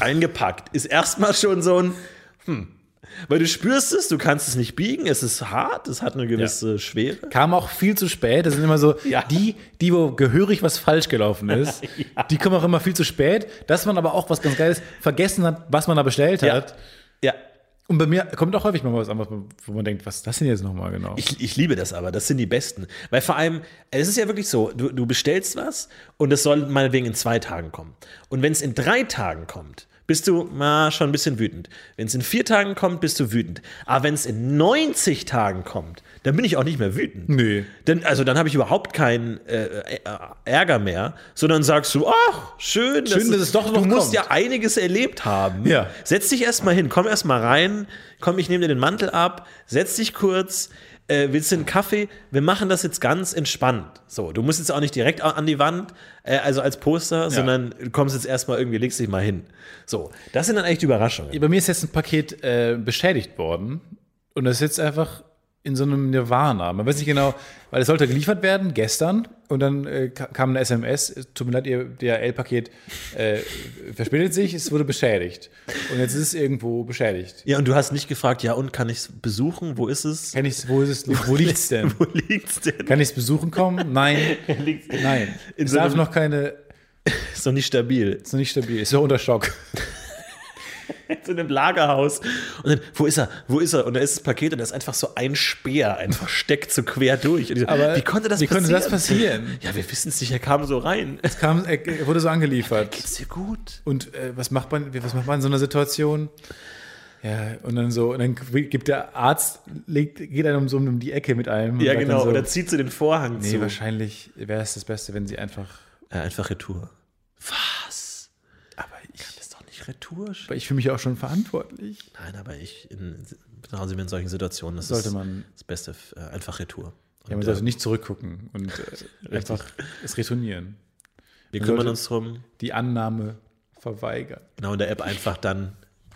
S2: eingepackt ist erstmal schon so ein, hm, weil du spürst es, du kannst es nicht biegen, es ist hart, es hat eine gewisse Schwere.
S3: Kam auch viel zu spät. Das sind immer so
S2: Ja.
S3: die, die, wo gehörig was falsch gelaufen ist. Die kommen auch immer viel zu spät. Dass man aber auch was ganz Geiles vergessen hat, was man da bestellt hat.
S2: Ja,
S3: Und bei mir kommt auch häufig mal was an, was man- wo man denkt, was ist das denn jetzt nochmal genau?
S2: Ich, ich liebe das aber, das sind die besten. Weil vor allem, es ist ja wirklich so, du, du bestellst was und es soll meinetwegen in zwei Tagen kommen. Und wenn es in drei Tagen kommt, bist du na, schon ein bisschen wütend. Wenn es in vier Tagen kommt, bist du wütend. Aber wenn es in 90 Tagen kommt, dann bin ich auch nicht mehr wütend.
S3: Nee.
S2: Denn, also dann habe ich überhaupt keinen äh, äh, Ärger mehr, sondern sagst du, ach, schön,
S3: Schön, dass es doch noch
S2: Du musst
S3: kommt.
S2: ja einiges erlebt haben.
S3: Ja.
S2: Setz dich erstmal hin, komm erstmal rein, komm, ich nehme dir den Mantel ab, setz dich kurz, äh, willst du einen Kaffee? Wir machen das jetzt ganz entspannt. So, du musst jetzt auch nicht direkt a- an die Wand, äh, also als Poster, sondern du kommst jetzt erstmal irgendwie, legst dich mal hin. So, das sind dann echt Überraschungen.
S3: bei mir ist jetzt ein Paket äh, beschädigt worden und das ist jetzt einfach in so einem Nirvana. Man weiß nicht genau, weil es sollte geliefert werden gestern und dann äh, ka- kam eine SMS, äh, tut mir leid, ihr DHL-Paket äh, verspätet sich, es wurde beschädigt. Und jetzt ist es irgendwo beschädigt.
S2: Ja, und du hast nicht gefragt, ja, und kann ich es besuchen? Wo ist es?
S3: Kann ich's, wo ist es, wo liegt's denn?
S2: Wo liegt's denn?
S3: Kann ich es besuchen kommen? Nein, nein.
S2: In
S3: Es
S2: so
S3: darf
S2: einem-
S3: noch keine,
S2: Ist doch nicht stabil.
S3: ist noch nicht stabil, ist noch unter Schock.
S2: Ist in einem Lagerhaus. Und dann, wo ist er? Wo ist er? Und da ist das Paket und da ist einfach so ein Speer, einfach steckt so quer durch. Und ich so,
S3: Aber
S2: wie konnte das
S3: wie
S2: passieren?
S3: konnte das passieren?
S2: Ja, wir wissen es nicht, er kam so rein.
S3: Es kam, äh, wurde so angeliefert.
S2: Ist dir gut?
S3: Und äh, was macht man, was macht man in so einer Situation? Ja, und dann so, und dann gibt der Arzt, legt, geht einem so um die Ecke mit einem.
S2: Ja,
S3: und sagt dann
S2: genau.
S3: So,
S2: Oder zieht sie den Vorhang
S3: nee,
S2: zu.
S3: wahrscheinlich wäre es das Beste, wenn sie einfach.
S2: Ja, einfach Retour.
S3: Aber ich,
S2: Ist doch nicht Retour.
S3: aber ich fühle mich auch schon verantwortlich.
S2: Nein, aber ich, in, trauen Sie mir in solchen Situationen, das
S3: Sollte
S2: ist
S3: man-
S2: das Beste, äh, einfach Retour. Und, äh,
S3: Ja, man sollte nicht zurückgucken und äh, einfach es retournieren.
S2: äh, wir kümmern
S3: sollte-
S2: uns drum.
S3: Die Annahme verweigern.
S2: Genau, in der App einfach dann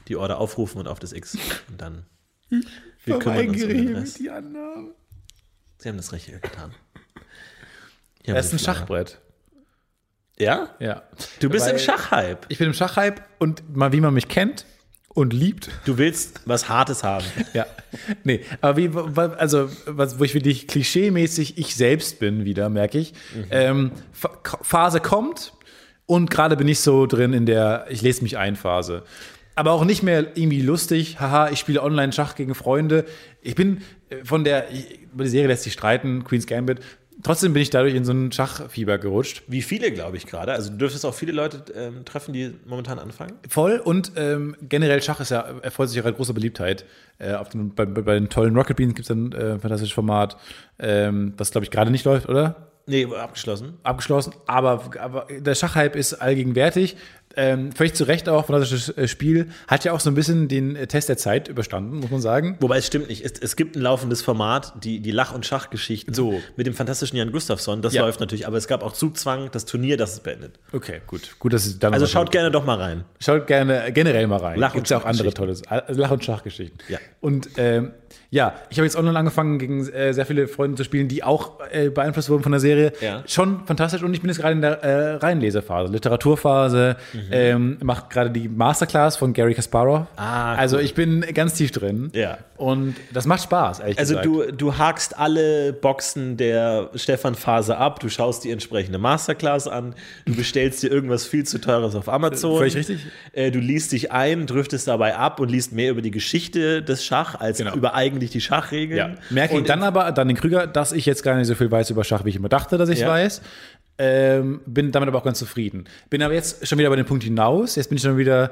S2: die Order aufrufen und auf das X. Und dann,
S3: Hm.
S2: wir kümmern uns um
S3: Verweigere
S2: den
S3: hiermit
S2: Rest.
S3: die Annahme.
S2: Sie haben das richtig getan. Hier haben
S3: Er ist
S2: wir
S3: ein
S2: Flyer.
S3: Schachbrett.
S2: Ja?
S3: Ja.
S2: Du bist
S3: Weil
S2: im Schachhype.
S3: Ich bin im Schachhype und mal wie man mich kennt und liebt.
S2: Du willst was Hartes haben.
S3: Ja, nee, aber wie, wa- also, was, wo ich wirklich klischeemäßig ich selbst bin, wieder, merke ich. Ähm, Fa- K- Phase kommt und gerade bin ich so drin in der Ich lese mich ein Phase. Aber auch nicht mehr irgendwie lustig, haha, ich spiele online Schach gegen Freunde. Ich bin äh, von der, ich- über die Serie lässt sich streiten, Queen's Gambit. Trotzdem bin ich dadurch in so ein Schachfieber gerutscht.
S2: Wie viele, glaube ich, gerade. Also du dürftest auch viele Leute ähm, treffen, die momentan anfangen.
S3: Voll und ähm, generell Schach ist ja, erfreut sich ja gerade großer Beliebtheit. Äh, auf den, bei, bei bei den tollen Rocket Beans gibt es ein äh, fantastisches Format, ähm, das glaube ich gerade nicht läuft, oder?
S2: Nee, abgeschlossen.
S3: Abgeschlossen, aber, aber der Schachhype ist allgegenwärtig. Ähm, völlig zu Recht auch, fantastisches äh, Spiel. Hat ja auch so ein bisschen den äh, Test der Zeit überstanden, muss man sagen.
S2: Wobei es stimmt nicht. Es, es gibt ein laufendes Format, die, die Lach- und Schachgeschichten
S3: So.
S2: mit dem fantastischen Jan Gustafsson. Das
S3: Ja.
S2: läuft natürlich, aber es gab auch Zugzwang, das Turnier, das ist beendet.
S3: Okay, gut. Gut, dass es dann
S2: Also
S3: noch-
S2: schaut gerne doch mal rein.
S3: Schaut gerne generell mal rein.
S2: Lach- und
S3: Gibt ja auch andere tolle
S2: Schachgeschichten.
S3: also Lach- und Schachgeschichten.
S2: Ja.
S3: Und ähm, ja, ich habe jetzt online angefangen, gegen äh, sehr viele Freunde zu spielen, die auch äh, beeinflusst wurden von der Serie.
S2: Ja.
S3: Schon fantastisch. Und ich bin jetzt gerade in der äh, Reinlesephase, Literaturphase,
S2: Mhm.
S3: ähm, macht gerade die Masterclass von Gary Kasparov.
S2: Ah,
S3: Also ich bin ganz tief drin.
S2: Ja.
S3: Und das macht Spaß, ehrlich
S2: Also
S3: gesagt.
S2: du, du hakst alle Boxen der Stefan Phase ab, du schaust die entsprechende Masterclass an, du bestellst dir irgendwas viel zu teures auf Amazon.
S3: Völlig richtig.
S2: Äh, du liest dich ein, driftest dabei ab und liest mehr über die Geschichte des Schach als
S3: Genau.
S2: über eigentlich die Schachregeln.
S3: Ja. Merke ich dann aber, dann den Krüger, dass ich jetzt gar nicht so viel weiß über Schach, wie ich immer dachte, dass ich
S2: Ja.
S3: weiß. Ähm, bin damit aber auch ganz zufrieden. Bin aber jetzt schon wieder bei dem Punkt hinaus. Jetzt bin ich schon wieder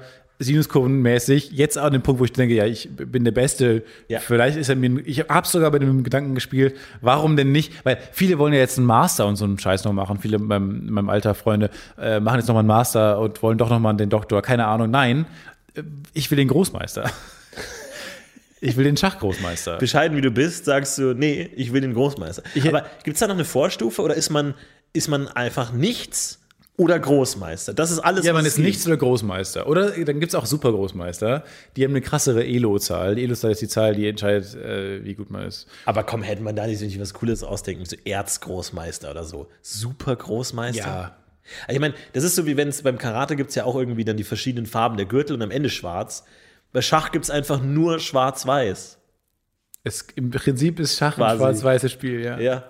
S3: sinuskurvenmäßig. Jetzt auch an dem Punkt, wo ich denke, ja, ich bin der Beste.
S2: Ja.
S3: Vielleicht ist er mir. Ich habe sogar bei dem Gedanken gespielt, warum denn nicht? Weil viele wollen ja jetzt einen Master und so einen Scheiß noch machen. Viele in meinem, in meinem Alter, Freunde, äh, machen jetzt nochmal einen Master und wollen doch nochmal den Doktor. Keine Ahnung. Nein, äh, ich will den Großmeister. ich will den Schachgroßmeister.
S2: bescheiden wie du bist, sagst du, nee, ich will den Großmeister. Aber gibt es da noch eine Vorstufe oder ist man, ist man einfach nichts oder Großmeister? Das ist alles.
S3: Ja,
S2: was
S3: man
S2: es
S3: ist
S2: gibt.
S3: nichts oder Großmeister. Oder dann gibt es auch Supergroßmeister. Die haben eine krassere Elo-Zahl. Die Elo-Zahl ist die Zahl, die entscheidet, äh, wie gut man ist.
S2: Aber komm, hätte man da nicht sich was Cooles ausdenken müssen? Erzgroßmeister oder so. Super Großmeister?
S3: Ja.
S2: Also ich meine, das ist so wie wenn es beim Karate gibt es ja auch irgendwie dann die verschiedenen Farben der Gürtel und am Ende schwarz. Bei Schach gibt es einfach nur schwarz-weiß.
S3: Es, Im Prinzip ist Schach ein
S2: Quasi.
S3: schwarz-weißes Spiel, ja.
S2: Ja.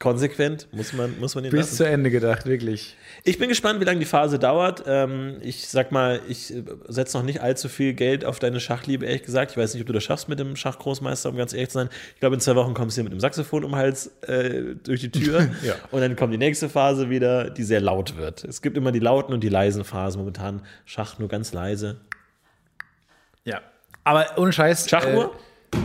S2: Konsequent muss man, muss man ihn
S3: Bis
S2: lassen.
S3: zu Ende gedacht, wirklich.
S2: Ich bin gespannt, wie lange die Phase dauert. Ähm, ich sag mal, ich setze noch nicht allzu viel Geld auf deine Schachliebe, ehrlich gesagt. Ich weiß nicht, ob du das schaffst mit dem Schachgroßmeister, um ganz ehrlich zu sein. Ich glaube, in zwei Wochen kommst du hier mit dem Saxophon um den Hals äh, durch die Tür.
S3: Ja.
S2: Und dann kommt die nächste Phase wieder, die sehr laut wird. Es gibt immer die lauten und die leisen Phasen. Momentan Schach nur ganz leise.
S3: Ja. Aber ohne Scheiß.
S2: Schachuhr?
S3: Äh,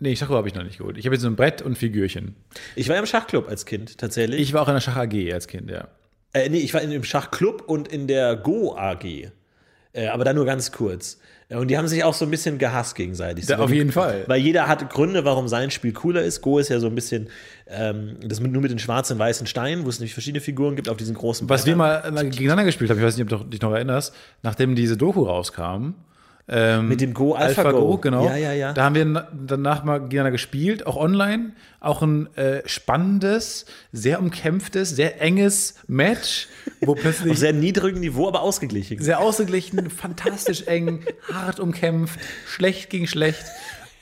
S3: nee, Schachuhr habe ich noch nicht geholt. Ich habe jetzt so ein Brett und Figürchen.
S2: ich war im Schachclub als Kind, tatsächlich.
S3: Ich war auch in der Schach AG als Kind, ja.
S2: Äh, nee, ich war in dem Schachclub und in der Go AG. Äh, aber da nur ganz kurz. Äh, Und die haben sich auch so ein bisschen gehasst gegenseitig.
S3: Da
S2: So,
S3: auf
S2: wenn-
S3: jeden Fall.
S2: Weil jeder hat Gründe, warum sein Spiel cooler ist. Go ist ja so ein bisschen ähm, das mit, nur mit den schwarzen und weißen Steinen, wo es nämlich verschiedene Figuren gibt auf diesen großen
S3: Was wir
S2: Brettern.
S3: mal mal gegeneinander gespielt haben, ich weiß nicht, ob du dich noch erinnerst, nachdem diese Doku rauskam.
S2: mit dem Go AlphaGo.
S3: AlphaGo, genau.
S2: Ja, ja, ja.
S3: Da haben wir na- danach mal gegeneinander gespielt, auch online. Auch ein äh, spannendes, sehr umkämpftes, sehr enges Match, wo plötzlich
S2: auf sehr
S3: sehr,
S2: niedrigem Niveau, aber ausgeglichen.
S3: ausgeglichen, fantastisch eng, hart umkämpft, schlecht gegen schlecht.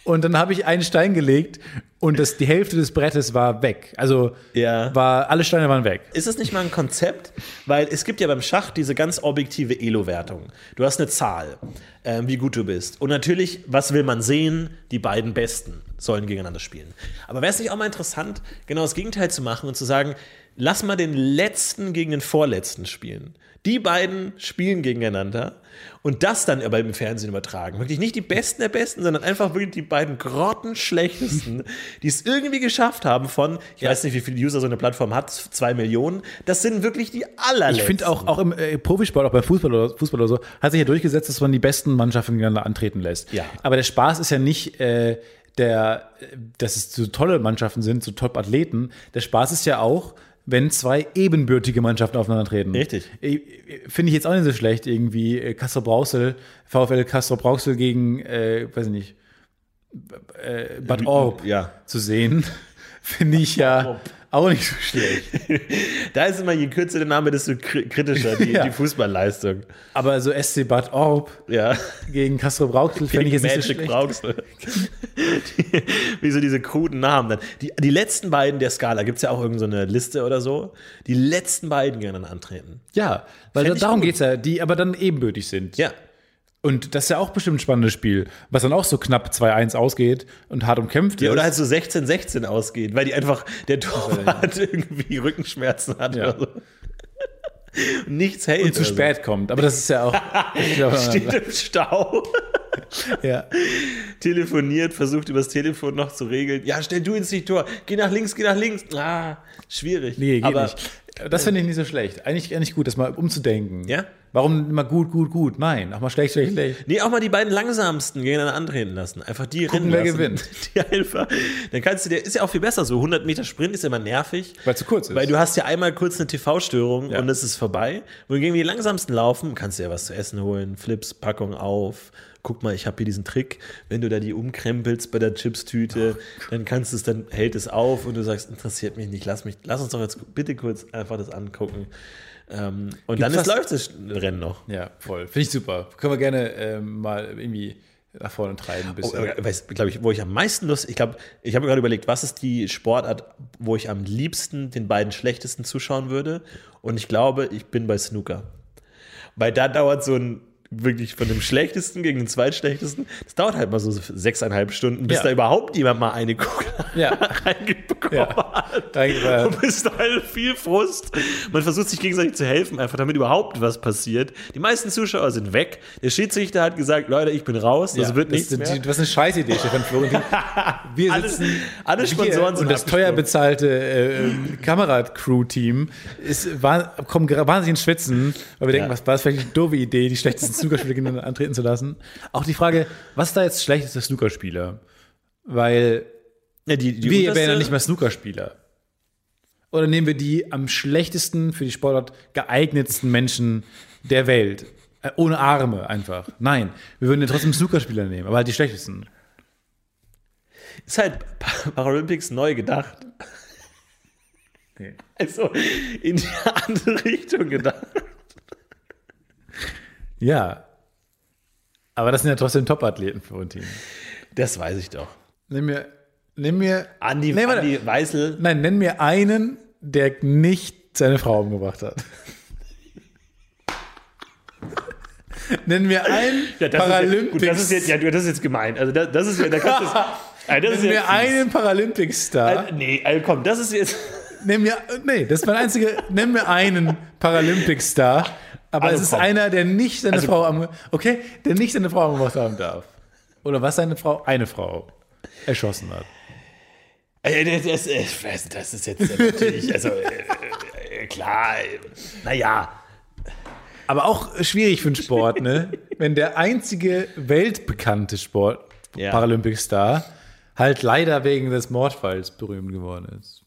S3: Und dann habe ich einen Stein gelegt und das, die Hälfte des Brettes war weg. Also
S2: Ja.
S3: war, alle Steine waren weg.
S2: Ist es nicht mal ein Konzept? Weil es gibt ja beim Schach diese ganz objektive Elo-Wertung. Du hast eine Zahl, ähm, wie gut du bist. Und natürlich, was will man sehen? Die beiden Besten sollen gegeneinander spielen. Aber wäre es nicht auch mal interessant, genau das Gegenteil zu machen und zu sagen, lass mal den Letzten gegen den Vorletzten spielen. Die beiden spielen gegeneinander und das dann aber im Fernsehen übertragen. Wirklich nicht die Besten der Besten, sondern einfach wirklich die beiden grottenschlechtesten, die es irgendwie geschafft haben von, ich weiß nicht, wie viele User so eine Plattform hat, zwei Millionen. Das sind wirklich die allerletzten.
S3: Ich finde auch, auch im äh, Profisport, auch beim Fußball oder, Fußball oder so, hat sich ja durchgesetzt, dass man die besten Mannschaften gegeneinander antreten lässt.
S2: Ja.
S3: Aber der Spaß ist ja nicht äh, der, äh, dass es so tolle Mannschaften sind, so Top-Athleten. Der Spaß ist ja auch, wenn zwei ebenbürtige Mannschaften aufeinander treten.
S2: Richtig.
S3: Äh, äh, Finde ich jetzt auch nicht so schlecht, irgendwie äh, Castro Brauxel, VfL Castro Brauxel gegen, äh, weiß ich nicht, äh, Bad Orb
S2: Oh, ja.
S3: zu sehen. Finde ich ja auch nicht so schlecht.
S2: Da ist immer, je kürzer der Name, desto kri- kritischer die,
S3: Ja.
S2: die Fußballleistung.
S3: Aber so SC Bad Orb
S2: Ja.
S3: gegen Castro Brauxel fände ich jetzt nicht so
S2: Magic
S3: schlecht.
S2: brauchst du. Die- Wie so diese kruden Namen dann. Die, die letzten beiden der Skala, gibt es ja auch irgendeine so eine Liste oder so. Die letzten beiden gerne dann antreten.
S3: Ja, weil
S2: Fänd ich
S3: darum
S2: gut.
S3: geht es ja, die aber dann ebenbürtig sind.
S2: Ja.
S3: Und das ist ja auch bestimmt ein spannendes Spiel, was dann auch so knapp 2-1 ausgeht und hart umkämpft
S2: Ja,
S3: ist.
S2: oder halt so 16-16 ausgehen, weil die einfach, der Torwart irgendwie Rückenschmerzen hat
S3: Ja.
S2: oder so. Und nichts hält.
S3: und zu
S2: oder so.
S3: spät kommt. Aber das ist ja auch. Ich
S2: Steht
S3: glaube,
S2: im Stau,
S3: ja.
S2: telefoniert, versucht übers Telefon noch zu regeln. Ja, stell du ins Tor, geh nach links, geh nach links. Ah, schwierig.
S3: Nee, geht
S2: Aber
S3: nicht. Das finde ich nicht so schlecht. Eigentlich, eigentlich gut, das mal umzudenken.
S2: Ja?
S3: Warum immer gut, gut, gut? Nein, auch mal schlecht, schlecht, schlecht.
S2: Nee, auch mal die beiden langsamsten gegeneinander antreten lassen. Einfach die Gucken, rennen
S3: wer
S2: lassen.
S3: gewinnt.
S2: Die Helfer. Dann kannst du dir, ist ja auch viel besser so. 100 Meter Sprint ist ja immer nervig.
S3: Weil zu kurz ist.
S2: Weil du hast ja einmal kurz eine TV-Störung
S3: Ja.
S2: und es ist vorbei. Wohingegen die langsamsten laufen, kannst du ja was zu essen holen, Flips, Packung auf, guck mal, ich habe hier diesen Trick, wenn du da die umkrempelst bei der Chipstüte, dann kannst du es, dann hält es auf und du sagst, interessiert mich nicht, lass mich, lass uns doch jetzt bitte kurz einfach das angucken. Ähm, und dann ist,
S3: was-
S2: läuft das Rennen noch.
S3: Ja, voll. Finde ich super. Können wir gerne ähm, mal irgendwie nach vorne treiben. Ein
S2: Oh,
S3: bisschen.
S2: aber weiß, glaube ich, wo ich am meisten Lust, ich glaube, ich habe mir gerade überlegt, was ist die Sportart, wo ich am liebsten den beiden schlechtesten zuschauen würde? Und ich glaube, ich bin bei Snooker. Weil da dauert so ein wirklich von dem schlechtesten gegen den zweitschlechtesten, das dauert halt mal so sechseinhalb Stunden, bis
S3: Ja.
S2: da überhaupt jemand mal eine Kugel
S3: Ja.
S2: reingekommen
S3: Ja.
S2: hat.
S3: Danke, äh,
S2: Und bis dahin viel Frust. Man versucht sich gegenseitig zu helfen, einfach damit überhaupt was passiert. Die meisten Zuschauer sind weg. Der Schiedsrichter hat gesagt, Leute, ich bin raus, das
S3: Ja,
S2: wird nichts
S3: das,
S2: mehr.
S3: die- Was eine Scheißidee, Stefan Florentin. Wir
S2: Alles-
S3: sitzen
S2: alle Sponsoren
S3: hier
S2: sind
S3: und das
S2: abgesprungen.
S3: teuer bezahlte äh, Kamerad-Crew-Team ist wa- kommen gra- wahnsinnig ins Schwitzen, weil wir denken, was war das vielleicht eine doofe Idee, die schlechtesten Snookerspieler gegeneinander antreten zu lassen. Auch die Frage, was ist da jetzt schlechtester Snookerspieler? Weil
S2: Ja, die, die
S3: wir
S2: unterste-
S3: wären ja nicht mehr Snookerspieler. Oder nehmen wir die am schlechtesten für die Sportart geeignetsten Menschen der Welt? Äh, Ohne Arme einfach. Nein, wir würden ja trotzdem Snookerspieler nehmen, aber halt die schlechtesten.
S2: Ist halt Pa- Paralympics neu gedacht. Also in die andere Richtung gedacht.
S3: Ja. Aber das sind ja trotzdem Top-Athleten, Florentin.
S2: Das weiß ich doch.
S3: Nimm mir, nimm mir.
S2: Andi,
S3: Nein, warte.
S2: Andi Weißel.
S3: Nein, nenn mir einen, der nicht seine Frau umgebracht hat. nenn mir einen
S2: Ja, das Ist,
S3: Paralympics.
S2: gut, das ist jetzt, ja, das ist jetzt gemein. Also das, das ist ja, da kannst du Nein, das ist
S3: Nimm
S2: ja
S3: mir einen Paralympics-Star.
S2: Nee, also komm, das ist jetzt.
S3: Nimm mir, nee, das ist mein einziger. nimm mir einen Paralympics-Star. Aber
S2: Also
S3: es ist
S2: komm.
S3: einer, der nicht seine
S2: Also-
S3: Frau am, okay, der nicht seine Frau umgebracht haben darf. Oder was seine Frau? Eine Frau erschossen hat.
S2: Äh, Das, das, ich weiß, das ist jetzt natürlich. Also äh, äh, klar. Naja.
S3: Aber auch schwierig für den Sport, ne? Wenn der einzige weltbekannte Sport,
S2: Ja.
S3: Paralympic-Star, halt leider wegen des Mordfalls berühmt geworden ist.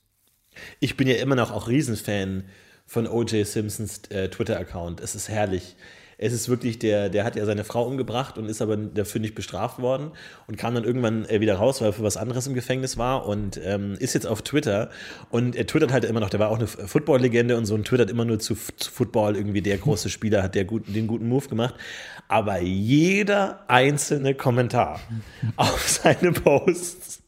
S2: Ich bin ja immer noch auch Riesenfan von O.J. Simpsons äh, Twitter-Account. Es ist herrlich. Es ist wirklich, der, der hat ja seine Frau umgebracht und ist aber dafür nicht bestraft worden und kam dann irgendwann äh, wieder raus, weil er für was anderes im Gefängnis war und ähm, ist jetzt auf Twitter und er twittert halt immer noch, der war auch eine F- Football-Legende und so und twittert immer nur zu, F- zu Football irgendwie, der große Spieler hat der gut, den guten Move gemacht. Aber jeder einzelne Kommentar auf seine Posts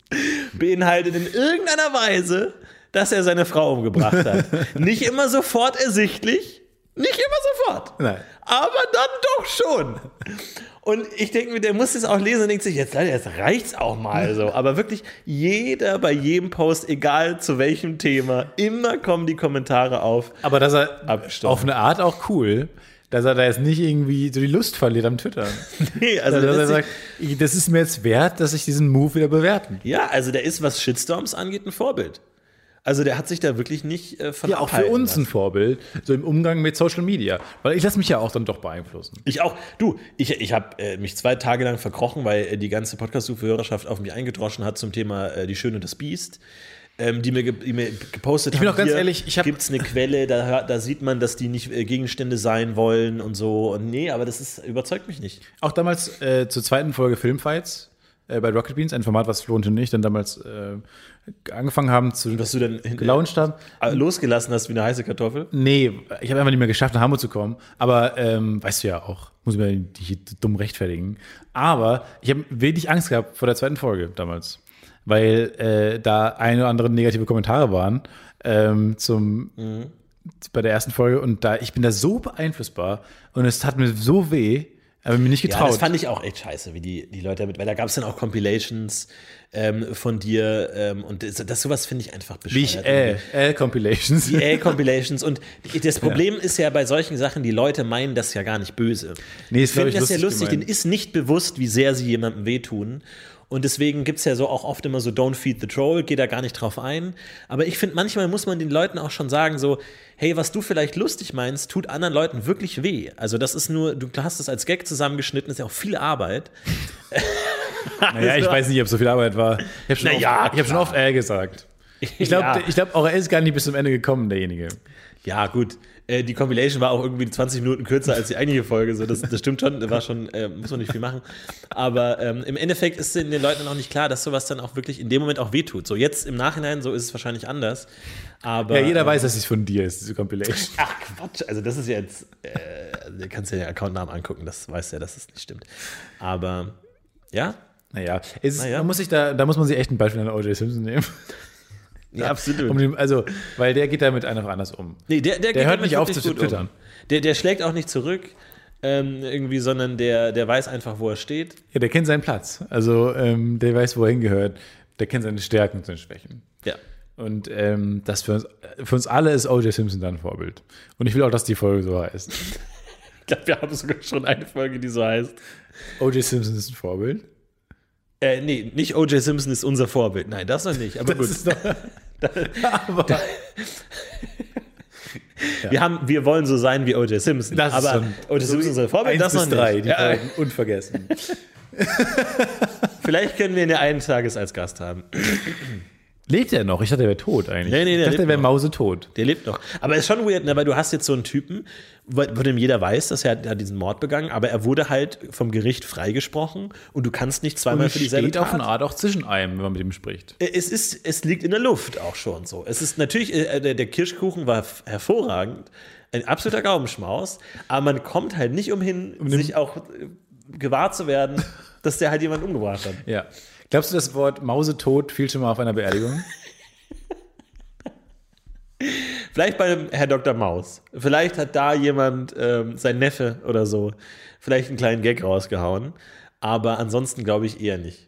S2: beinhaltet in irgendeiner Weise, dass er seine Frau umgebracht hat. nicht immer sofort ersichtlich, nicht immer sofort.
S3: Nein.
S2: Aber dann doch schon. Und ich denke mir, der muss es auch lesen und denkt sich, jetzt, Leute, jetzt reicht's auch mal so. Aber wirklich jeder bei jedem Post, egal zu welchem Thema, immer kommen die Kommentare auf.
S3: Aber dass er
S2: Abstimmen.
S3: auf eine Art auch cool, dass er da jetzt nicht irgendwie so die Lust verliert am Twittern.
S2: Nee, also
S3: dass er
S2: das ist-
S3: sagt, ich- das ist mir jetzt wert, dass ich diesen Move wieder bewerten.
S2: ja, also der ist, was Shitstorms angeht, ein Vorbild. Also der hat sich da wirklich nicht äh, von
S3: Ja, auch für
S2: abhalten
S3: uns
S2: lassen.
S3: ein Vorbild, so im Umgang mit Social Media. Weil ich lasse mich ja auch dann doch beeinflussen.
S2: Ich auch. Du, ich, ich habe äh, mich zwei Tage lang verkrochen, weil äh, die ganze Podcast-Hörerschaft auf mich eingedroschen hat zum Thema äh, Die Schöne und das Biest. Ähm, die, mir ge- die mir gepostet haben. Ich
S3: bin auch ganz ehrlich, ich hab-
S2: Gibt es eine Quelle, da, da sieht man, dass die nicht äh, Gegenstände sein wollen und so. Und nee, aber das ist, überzeugt mich nicht.
S3: Auch damals äh, zur zweiten Folge Filmfights äh, bei Rocket Beans, ein Format, was Flo und ich dann damals äh, angefangen haben zu
S2: Was du dann hin-
S3: gelauncht haben.
S2: äh, losgelassen hast wie eine heiße Kartoffel.
S3: Nee, ich habe einfach nicht mehr geschafft, nach Hamburg zu kommen. Aber ähm, weißt du ja auch, muss ich mir nicht hier dumm rechtfertigen. Aber ich habe wenig Angst gehabt vor der zweiten Folge damals, weil äh, da ein oder andere negative Kommentare waren ähm, zum
S2: Mhm.
S3: bei der ersten Folge und da ich bin da so beeinflussbar und es tat mir so weh, aber mir nicht
S2: Ja, Ah, das
S3: getraut.
S2: fand ich auch echt scheiße, wie die, die Leute damit, weil da gab es dann auch Compilations ähm, von dir ähm, und das, das sowas finde ich einfach bescheuert.
S3: wie ich äh, äh Compilations.
S2: EA E Compilations und das Problem ist ja bei solchen Sachen, die Leute meinen das ja gar nicht böse.
S3: Nee, ist,
S2: ich
S3: glaub
S2: finde
S3: ich,
S2: das ja
S3: lustig
S2: lustig, denen
S3: gemeint.
S2: ist nicht bewusst, wie sehr sie jemandem wehtun. Und deswegen gibt es ja so auch oft immer so Don't feed the troll, geht da gar nicht drauf ein. Aber ich finde, manchmal muss man den Leuten auch schon sagen, so, hey, was du vielleicht lustig meinst, tut anderen Leuten wirklich weh. Also das ist nur, du hast es als Gag zusammengeschnitten, ist ja auch viel Arbeit.
S3: Naja, ich weiß nicht, ob so viel Arbeit war. Ich habe schon,
S2: Naja,
S3: oft- ich hab schon oft äh gesagt. Ich glaube,
S2: ja.
S3: ich glaube, auch er ist gar nicht bis zum Ende gekommen, derjenige.
S2: ja, gut. Äh, die Compilation war auch irgendwie 20 Minuten kürzer als die eigentliche Folge. So, das, das stimmt schon, da war schon, äh, muss man nicht viel machen. Aber ähm, im Endeffekt ist den den Leuten auch nicht klar, dass sowas dann auch wirklich in dem Moment auch wehtut. So jetzt im Nachhinein, so ist es wahrscheinlich anders. Aber,
S3: Ja, jeder
S2: äh,
S3: weiß, dass es von dir ist, diese Compilation.
S2: Ach Quatsch, also das ist jetzt, äh, du kannst ja den Accountnamen angucken, das weiß ja, dass es nicht stimmt. Aber ja,
S3: Naja, es,
S2: Naja.
S3: Man muss sich da, da muss man sich echt ein Beispiel an O.J. Simpson nehmen.
S2: nee, absolut.
S3: Um den, also, weil der geht damit einfach anders um.
S2: Nee, der, der, geht
S3: hört
S2: damit
S3: nicht auf,
S2: wirklich
S3: zu
S2: gut um.
S3: twittern.
S2: Der, der schlägt auch nicht zurück, ähm, irgendwie, sondern der, der weiß einfach, wo er steht.
S3: Ja, der kennt seinen Platz. Also, ähm, der weiß, wo er hingehört. Der kennt seine Stärken und seine Schwächen.
S2: Ja.
S3: Und ähm, das für uns, für uns alle ist O.J. Simpson dann ein Vorbild. Und ich will auch, dass die Folge so heißt.
S2: Ich glaube, wir haben sogar schon eine Folge, die so heißt.
S3: O.J. Simpson ist ein Vorbild.
S2: Äh, nee, nicht O.J. Simpson ist unser Vorbild. Nein, das noch nicht, aber
S3: Das
S2: gut.
S3: ist doch, aber
S2: Wir, haben, wir wollen so sein wie O.J. Simpson.
S3: das ist
S2: aber
S3: schon
S2: O.J. Simpson ist unser Vorbild,
S3: eins
S2: das noch
S3: bis drei,
S2: nicht.
S3: die
S2: Ja,
S3: Folgen unvergessen.
S2: vielleicht können wir ihn ja einen Tages als Gast haben.
S3: Lebt er noch? Ich dachte, er wäre tot eigentlich.
S2: Nee, nee, der
S3: ich dachte,
S2: lebt
S3: er wäre
S2: noch.
S3: mausetot.
S2: Der lebt noch. Aber ist schon weird, ne? weil du hast jetzt so einen Typen, wo- von dem jeder weiß, dass er hat- er hat diesen Mord begangen, aber er wurde halt vom Gericht freigesprochen und du kannst nicht zweimal für dieselbe
S3: steht auf
S2: Tat.
S3: eine Art auch zwischen einem, wenn man mit ihm spricht.
S2: Es, ist, es liegt in der Luft auch schon so. Es ist natürlich, äh, der, der Kirschkuchen war f- hervorragend, ein absoluter Gaumenschmaus, aber man kommt halt nicht umhin,
S3: Um
S2: sich auch äh, gewahr zu werden, dass der halt jemanden umgebracht hat.
S3: Ja. Glaubst du, das Wort mausetot fiel schon mal auf einer Beerdigung?
S2: Vielleicht bei dem Herr Dr. Maus. Vielleicht hat da jemand, ähm, sein Neffe oder so, vielleicht einen kleinen Gag rausgehauen. Aber ansonsten glaube ich eher nicht.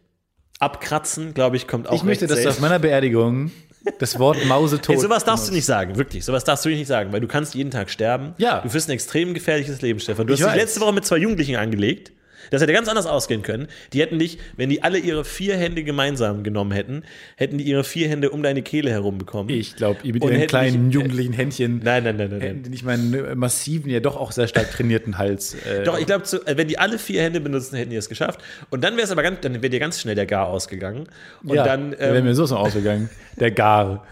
S2: Abkratzen, glaube ich, kommt auch
S3: ich möchte,
S2: recht
S3: dass du auf
S2: selten.
S3: meiner Beerdigung das Wort mausetot.
S2: Ey, sowas darfst du nicht sagen, wirklich. Sowas darfst du nicht sagen, weil du kannst jeden Tag sterben.
S3: Ja.
S2: Du führst ein extrem gefährliches Leben, Stefan. Du
S3: Ich
S2: hast
S3: weiß.
S2: dich letzte Woche mit zwei Jugendlichen angelegt. Das hätte ganz anders ausgehen können. Die hätten dich, wenn die alle ihre vier Hände gemeinsam genommen hätten, hätten die ihre vier Hände um deine Kehle herum bekommen.
S3: Ich glaube, mit
S2: Und
S3: ihren
S2: hätte
S3: kleinen
S2: ich-
S3: jugendlichen Händchen.
S2: Nein, nein, nein, nein. nein.
S3: Hätten die nicht meinen äh, massiven, ja doch auch sehr stark trainierten Hals. Äh,
S2: Doch, ich glaube, wenn die alle vier Hände benutzen, hätten die es geschafft. Und dann wäre es aber ganz, dann wäre dir ganz schnell der Gar ausgegangen. Und
S3: ja,
S2: dann
S3: dann wäre
S2: ähm,
S3: mir so schon ausgegangen. Der Gar.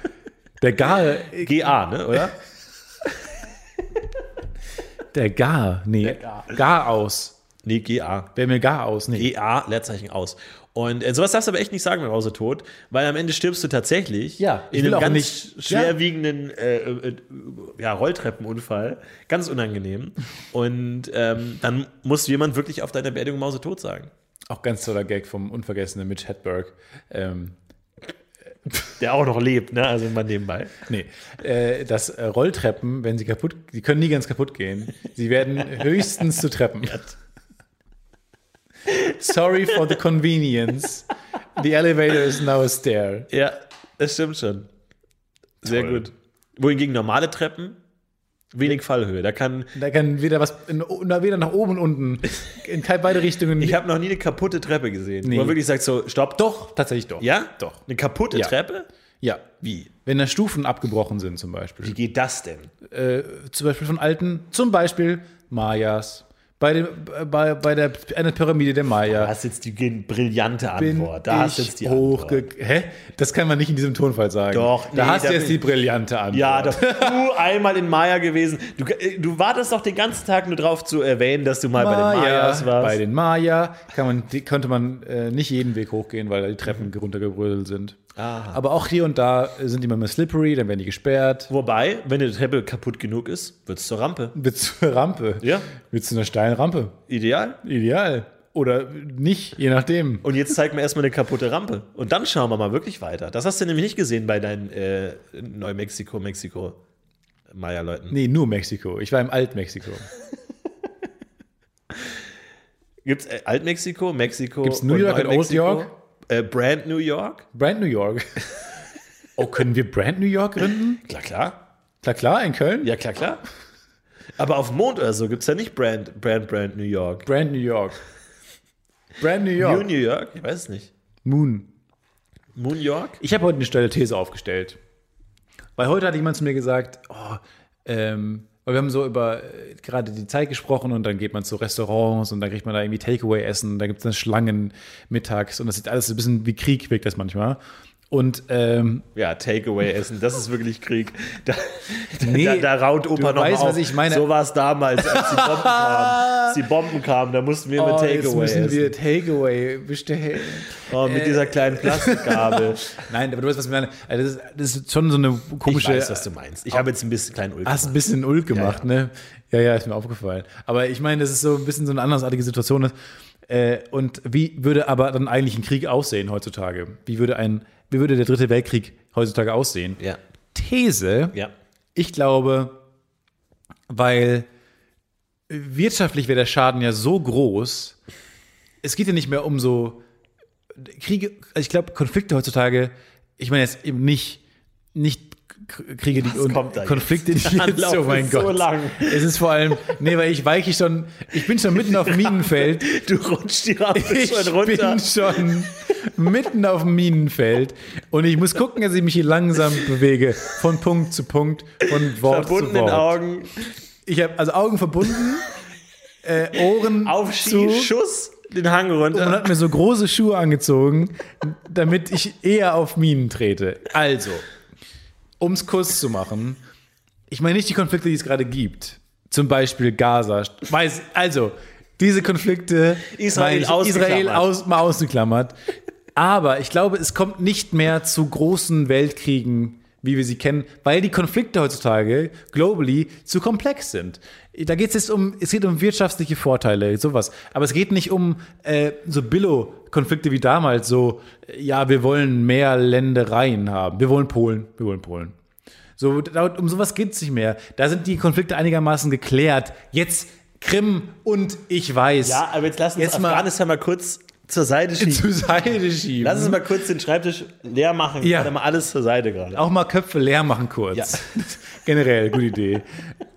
S3: Der Gar.
S2: GA, ne, oder?
S3: Der Gar. Nee.
S2: Gar.
S3: Gar aus.
S2: Nee, GA.
S3: Wäre mir Gar aus. Nee.
S2: GA, E Leerzeichen aus. Und äh, sowas darfst du aber echt nicht sagen, wenn Rause tot, weil am Ende stirbst du tatsächlich
S3: Ja, ich
S2: in
S3: will
S2: einem
S3: auch
S2: ganz
S3: nicht-
S2: schwerwiegenden äh, äh, ja, Rolltreppenunfall. Ganz unangenehm. Und ähm, dann muss jemand wirklich auf deiner Beerdigung Mause tot sagen.
S3: Auch ganz toller Gag vom unvergessenen Mitch Hedberg. Ähm,
S2: Der auch noch lebt, ne? Also mal nebenbei.
S3: nee, äh, dass äh, Rolltreppen, wenn sie kaputt, die können nie ganz kaputt gehen. Sie werden höchstens zu Treppen. Sorry for the convenience. The elevator is now a stair.
S2: Ja, das stimmt schon. Sehr
S3: Toll.
S2: gut. Wohingegen normale Treppen, wenig Fallhöhe. Da kann.
S3: Da kann weder was, in, na, weder nach oben und unten, in keine beide Richtungen.
S2: Ich habe noch nie eine kaputte Treppe gesehen.
S3: Nee.
S2: Wo man wirklich sagt so, stopp.
S3: doch, tatsächlich doch.
S2: Ja?
S3: Doch.
S2: Eine kaputte
S3: Ja.
S2: Treppe?
S3: Ja.
S2: Wie?
S3: Wenn da Stufen abgebrochen sind, zum
S2: Wie
S3: Beispiel. Äh,
S2: geht das denn?
S3: Zum Beispiel von alten, zum Beispiel Mayas. Bei, dem, äh, bei, bei der einer Pyramide der Maya.
S2: Das ist jetzt die gen- brillante
S3: bin
S2: Antwort. Da ist
S3: ich
S2: jetzt die
S3: hochge
S2: Antwort.
S3: Hä? Das kann man nicht in diesem Tonfall sagen.
S2: Doch,
S3: da
S2: nee,
S3: hast du
S2: da
S3: jetzt
S2: bin
S3: die
S2: ich-
S3: brillante Antwort.
S2: Ja, das, du einmal in Maya gewesen. Du, äh, du wartest doch den ganzen Tag nur drauf zu erwähnen, dass du mal bei den Mayas warst.
S3: Bei den Maya kann man, die, konnte man äh, nicht jeden Weg hochgehen, weil da die Treppen
S2: Mhm.
S3: runtergebröselt sind.
S2: Ah.
S3: Aber auch hier und da sind die manchmal slippery, dann werden die gesperrt.
S2: Wobei, wenn die Treppe kaputt genug ist, wird es zur Rampe.
S3: Wird zur Rampe.
S2: Ja.
S3: Wird zu einer steilen Rampe.
S2: Ideal.
S3: Ideal. Oder nicht, je nachdem.
S2: Und jetzt zeig mir erstmal eine kaputte Rampe. Und dann schauen wir mal wirklich weiter. Das hast du nämlich nicht gesehen bei deinen äh, Neumexiko, Mexiko, Maya-Leuten.
S3: Nee, nur Mexiko. Ich war im Altmexiko.
S2: Gibt's äh, Altmexiko, Mexiko?
S3: Gibt's New York und Old
S2: Neumexiko?
S3: York?
S2: Äh, Brand New York?
S3: Brand New York. Oh, können wir Brand New York gründen?
S2: Klar, klar.
S3: Klar, klar, in Köln?
S2: Ja, klar, klar. Aber auf dem Mond oder so gibt's ja nicht Brand, Brand, Brand New York.
S3: Brand New York. Brand New York.
S2: New New York? Ich weiß es nicht.
S3: Moon.
S2: Moon York?
S3: Ich habe heute eine steile These aufgestellt. Weil heute hat jemand zu mir gesagt, oh, ähm, weil wir haben so über äh, gerade die Zeit gesprochen und dann geht man zu Restaurants und dann kriegt man da irgendwie Takeaway-Essen, da gibt es dann Schlangen mittags und das sieht alles so ein bisschen wie Krieg, wirkt das manchmal. Und ähm,
S2: Ja, Takeaway-Essen, das ist wirklich Krieg. Da,
S3: Nee,
S2: da, da raut Opa
S3: du
S2: noch mal
S3: weißt,
S2: auf.
S3: was ich meine.
S2: So war es damals, als die Bomben kamen. Als die Bomben kamen, da mussten wir mit
S3: oh,
S2: Takeaway
S3: jetzt müssen
S2: essen.
S3: wir Takeaway bestellen.
S2: oh, mit dieser kleinen Plastikgabel.
S3: Nein, aber du weißt, was ich meine. Also das, ist, das ist schon so eine
S2: ich
S3: komische.
S2: weiß, was du meinst. Ich habe jetzt ein bisschen kleinen Ulk.
S3: äh, Hast ein bisschen Ulk gemacht, ne? Ja, ja, ist mir aufgefallen. Aber ich meine, das ist so ein bisschen so eine andersartige Situation. Ist. Äh, und wie würde aber dann eigentlich ein Krieg aussehen heutzutage? Wie würde ein, wie würde der dritte Weltkrieg heutzutage aussehen?
S2: Ja,
S3: These,
S2: ja.
S3: ich glaube, weil wirtschaftlich wäre der Schaden ja so groß. Es geht ja nicht mehr um so Kriege, also ich glaube, Konflikte heutzutage, ich meine jetzt eben nicht, nicht K- Kriege, die und
S2: kommt da jetzt?
S3: Konflikte, die jetzt,
S2: Anlauf
S3: oh mein
S2: ist so
S3: Gott.
S2: lang.
S3: Es ist vor allem, nee, weil ich weiche schon, ich bin schon mitten auf dem Minenfeld
S2: Du rutschst die Rampe
S3: ich
S2: schon runter.
S3: bin schon mitten auf dem Minenfeld und ich muss gucken, dass ich mich hier langsam bewege, von Punkt zu Punkt, von Wort zu
S2: Verbundenen
S3: Wort.
S2: Augen.
S3: Ich habe also Augen verbunden, äh, Ohren
S2: Auf
S3: zu
S2: Ski, Schuss, den Hang
S3: und
S2: runter.
S3: hat mir so große Schuhe angezogen, damit ich eher auf Minen trete. Also, ums kurz zu machen, ich meine nicht die Konflikte, die es gerade gibt. Zum Beispiel Gaza. Weiß, also, diese Konflikte
S2: Israel
S3: meine ich,
S2: ausgeklammert.
S3: Israel aus, mal ausgeklammert. Aber ich glaube, es kommt nicht mehr zu großen Weltkriegen, wie wir sie kennen, weil die Konflikte heutzutage globally zu komplex sind. Da geht es jetzt um, es geht um wirtschaftliche Vorteile, sowas. Aber es geht nicht um äh, so Billo-Konflikte wie damals, so, äh, ja, wir wollen mehr Ländereien haben. Wir wollen Polen, wir wollen Polen. So, da- um sowas geht es nicht mehr. Da sind die Konflikte einigermaßen geklärt. Jetzt Krim und ich weiß.
S2: Ja, aber jetzt lass uns
S3: Jetzt mal-
S2: Afghanistan mal kurz zur Seite schieben.
S3: zur Seite schieben.
S2: Lass uns mal kurz den Schreibtisch leer machen.
S3: Ja.
S2: Gerade mal alles zur Seite gerade.
S3: Auch mal Köpfe leer machen kurz. Generell, gute Idee.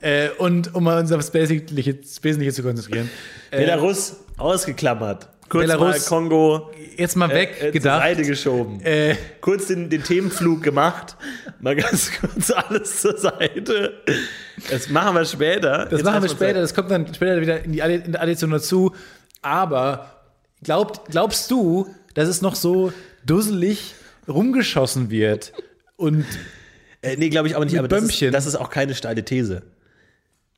S3: äh, und um mal uns aufs Wesentliche, das Wesentliche zu konzentrieren.
S2: Belarus ausgeklammert. Kurz
S3: Äh, Belarus-
S2: mal Kongo
S3: Jetzt mal
S2: äh, zur
S3: weggedacht.
S2: Seite geschoben.
S3: Äh,
S2: kurz den, den Themenflug gemacht. Mal ganz kurz alles zur Seite. Das machen wir später.
S3: das machen wir später. Das kommt dann später wieder in die Addi- in der Addition dazu. Aber glaubt, glaubst du, dass es noch so dusselig rumgeschossen wird? Und
S2: Äh, nee, glaube ich auch nicht.
S3: Mit
S2: Aber das
S3: Bömmchen.
S2: ist, das ist auch keine steile These.